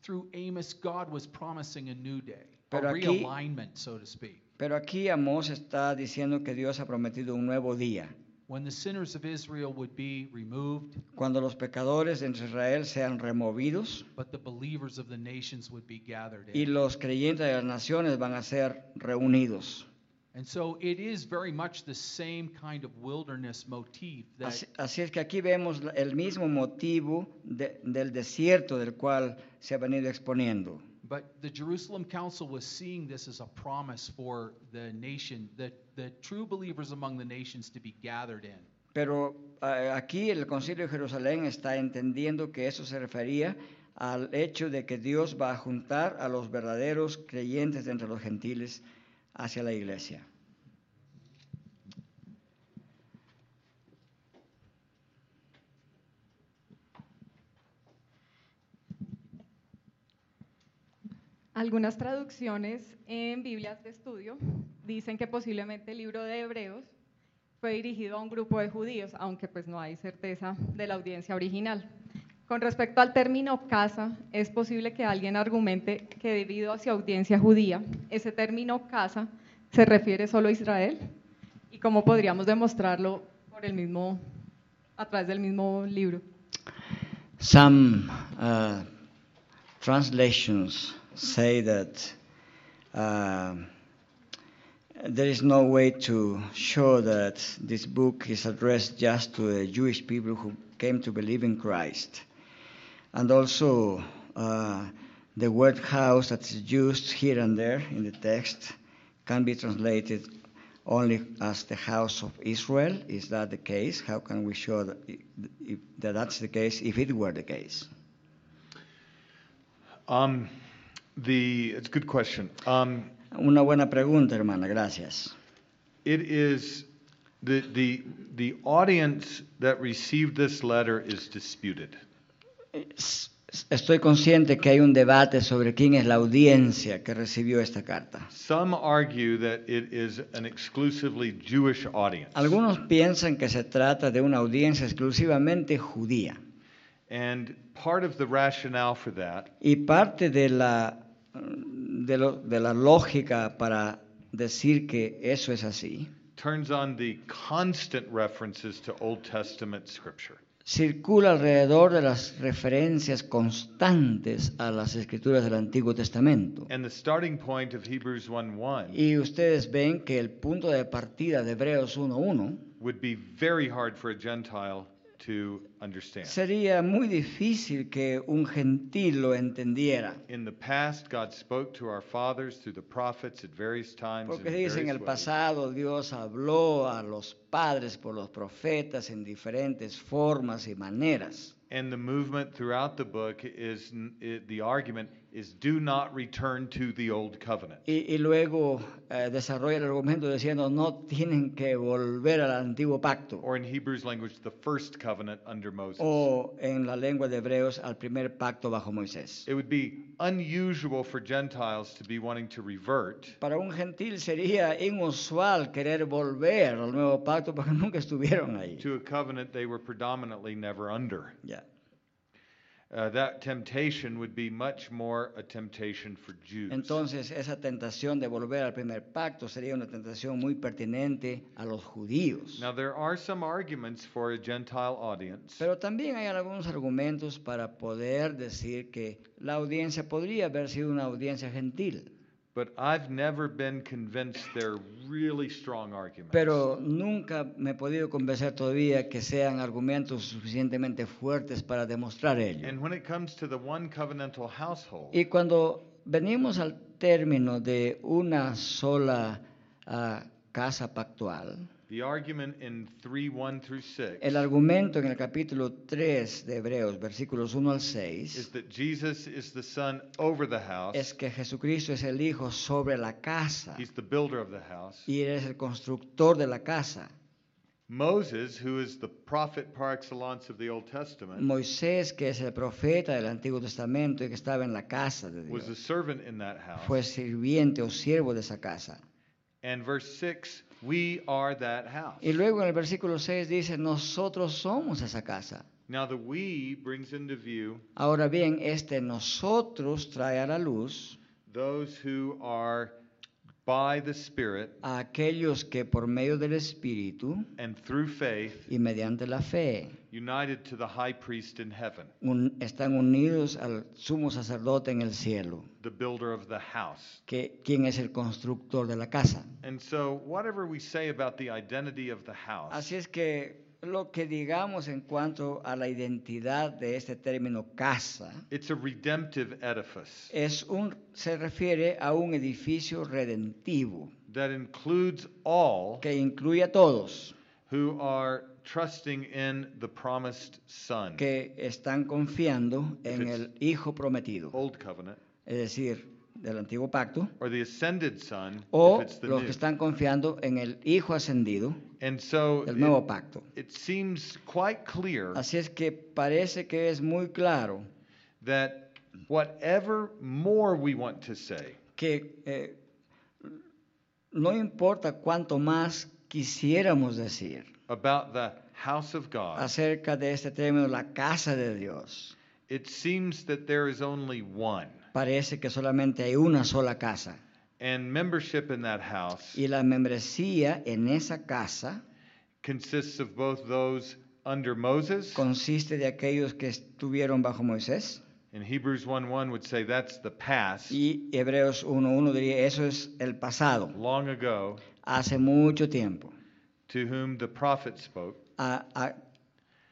G: through Amos, God was promising a new day, a
A: Pero aquí-
G: realignment, so to speak.
A: Pero aquí Amós está diciendo que Dios ha prometido un nuevo día,
G: When the sinners of Israel would be removed,
A: cuando los pecadores entre Israel sean removidos
G: but the believers of the nations would be gathered
A: y
G: in.
A: los creyentes de las naciones van a ser reunidos.
G: And so it is very much the same kind of wilderness motif that
A: Así, así es que aquí vemos la- el mismo motivo de- del desierto del cual se ha venido exponiendo.
G: But the Jerusalem Council was seeing this as a promise for the nation, the, the true believers among the nations to be gathered in.
A: Pero eh, aquí el Concilio de Jerusalén está entendiendo que eso se refería al hecho de que Dios va a juntar a los verdaderos creyentes de entre los gentiles hacia la iglesia.
H: Algunas traducciones en Biblias de estudio dicen que posiblemente el libro de Hebreos fue dirigido a un grupo de judíos, aunque pues no hay certeza de la audiencia original. Con respecto al término casa, es posible que alguien argumente que debido a su audiencia judía, ese término casa se refiere solo a Israel y cómo podríamos demostrarlo por el mismo a través del mismo libro.
A: Some uh, translations say that uh, there is no way to show that this book is addressed just to the Jewish people who came to believe in Christ. And also, uh, the word house that's used here and there in the text can be translated only as the house of Israel. Is that the case? How can we show that, if, that that's the case if it were the case?
B: Um, the, it's a good question. Um,
A: Una buena pregunta, hermana, gracias.
B: it is the, the, the audience that received this letter is disputed.
A: Es- Estoy consciente que hay un debate sobre quién es la audiencia que recibió esta carta.
B: Some argue that it is an exclusively Jewish audience.
A: Algunos piensan que se trata de una audiencia exclusivamente judía.
B: And part of the rationale for that
A: Y parte de la, de lo- de la lógica para decir que eso es así
B: turns on the constant references to Old Testament scripture.
A: circula alrededor de las referencias constantes a las escrituras del Antiguo Testamento.
B: And the starting point of Hebrews 1:1
A: Y ustedes ven que el punto de partida de Hebreos 1.1
B: would be very hard for a Gentile to understand.
A: sería muy difícil que un gentil lo entendiera.
B: In the past, God spoke to our fathers through the prophets at various times. and
A: Porque
B: in
A: dicen, en
B: various
A: el
B: ways."
A: pasado Dios habló a los padres por los profetas en diferentes formas y maneras.
B: And the movement throughout the book is n- it, the argument is do not return to the old covenant.
A: Y, y luego eh, desarrolla el argumento diciendo, no tienen que volver al antiguo pacto.
B: Or in Hebrews language, the first covenant under Moses.
A: O en la lengua de Hebreos, al primer pacto bajo Moisés.
B: It would be unusual for Gentiles to be wanting to revert
A: Para un gentil sería inusual querer volver al nuevo pacto porque nunca estuvieron ahí.
B: to a covenant they were predominantly never under.
A: Ya.
B: Uh, that temptation would be much more a temptation for Jews.
A: Entonces, esa tentación de volver al primer pacto sería una tentación muy pertinente a los judíos.
B: now, there are some arguments for a Gentile audience.
A: Pero también hay algunos argumentos para poder decir que la audiencia podría haber sido una audiencia gentil.
B: But I've never been convinced they're really strong arguments.
A: Pero nunca me he podido convencer todavía que sean argumentos suficientemente fuertes para demostrar ello.
B: and when it comes to the one covenantal household,
A: Y cuando venimos al término de una sola ah, casa pactual,
B: the argument in 3 1 through 6
A: el argumento en el capítulo 3 de Hebreos, versículos 1 al
B: is
A: 6,
B: that Jesus is the son over the house,
A: es que Jesucristo es el Hijo sobre la casa
B: he's the builder of the house.
A: y eres el constructor de la casa.
B: Moses, who is the prophet par excellence of the Old Testament,
A: Moisés, que es el profeta del Antiguo Testamento y que estaba en la casa de
B: was a
A: Dios,
B: servant in that house.
A: fue sirviente o siervo de esa casa.
B: And verse 6, we are that house.
A: Y luego en el versículo 6 dice, nosotros somos esa casa.
B: Now, the we brings into view
A: Ahora bien, este nosotros trae a la luz
B: those who are by the Spirit
A: a aquellos que por medio del Espíritu
B: and through faith
A: y mediante la fe
B: united to the high priest in heaven,
A: un- están unidos al sumo sacerdote en el cielo,
B: the builder of the house.
A: que, quien es el constructor de la casa.
B: And so, whatever we say about the identity of the house,
A: Así es que lo que digamos en cuanto a la identidad de este término casa
B: it's a redemptive edifice
A: es un, se refiere a un edificio redentivo
B: that includes all
A: que incluye a todos
B: who are trusting in the promised Son,
A: que están confiando en el Hijo prometido,
B: Old Covenant,
A: es decir, del antiguo pacto,
B: or the ascended Son,
A: o
B: if it's the
A: los que
B: new.
A: están confiando en el Hijo ascendido
B: And so
A: del nuevo
B: it,
A: pacto.
B: it seems quite clear
A: Así es que parece que es muy claro
B: that whatever more we want to say,
A: que eh, no importa cuánto más quisiéramos decir
B: about the house of God,
A: acerca de este término, la casa de Dios.
B: it seems that there is only one.
A: Parece que solamente hay una sola casa.
B: And membership in that house
A: Y la membresía en esa casa
B: consists of both those under Moses
A: consiste de aquellos que estuvieron bajo Moisés
B: And Hebrews 1 1 would say that's the past,
A: Y Hebreos 1.1 diría, eso es el pasado,
B: long ago,
A: hace mucho tiempo,
B: to whom the prophet spoke.
A: a- a-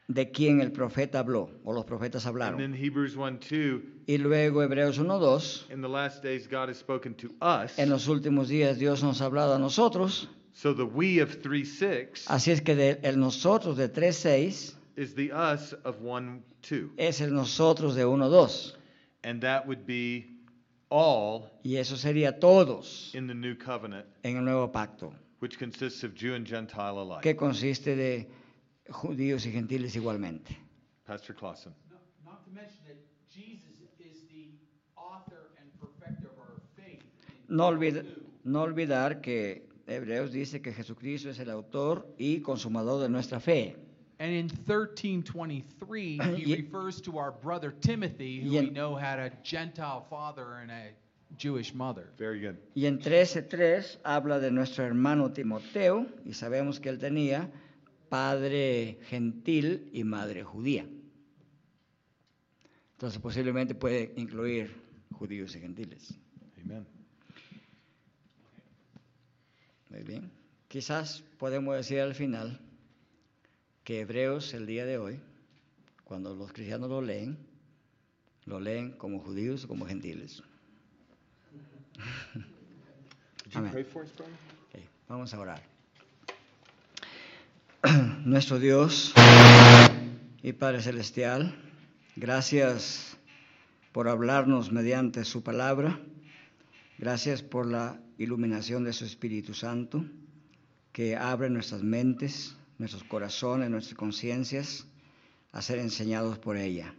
A: de quien el profeta habló o los profetas
B: And then
A: hablaron.
B: Hebrews 1 2,
A: Y luego Hebreos 1.2,
B: in the last days God has spoken to us.
A: en los últimos días Dios nos ha hablado a nosotros,
B: So the we of 3 6
A: así es que de- el nosotros de 3.6
B: is the us of 1 2.
A: es el nosotros de 1.2.
B: And that would be all
A: Y eso sería todos
B: in the new covenant,
A: en el nuevo pacto,
B: which consists of Jew and Gentile alike.
A: que consiste de judíos y gentiles igualmente.
B: Pastor Clausen.
G: Not- Not to mention that Jesus is the author and perfecter of our faith. in
A: No,
G: John
A: olvid-
G: 2.
A: no olvidar que Hebreos dice que Jesucristo es el autor y consumador de nuestra fe.
G: And in 1323, he
A: Ye-
G: refers to our brother Timothy, who
A: Ye-
G: we know had a Gentile father and a Jewish mother.
B: Very good.
A: Y en 13.3 habla de nuestro hermano Timoteo y sabemos que él tenía padre gentil y madre judía. Entonces posiblemente puede incluir judíos y gentiles.
B: Amen.
A: Muy bien. Quizás podemos decir al final que Hebreos el día de hoy, cuando los cristianos lo leen, lo leen como judíos o como gentiles.
B: Would you
A: Amen.
B: pray for us, Brian?
A: Ok, vamos a orar. Nuestro Dios y Padre Celestial, gracias por hablarnos mediante su palabra. Gracias por la iluminación de su Espíritu Santo que abre nuestras mentes, nuestros corazones, nuestras conciencias a ser enseñados por ella.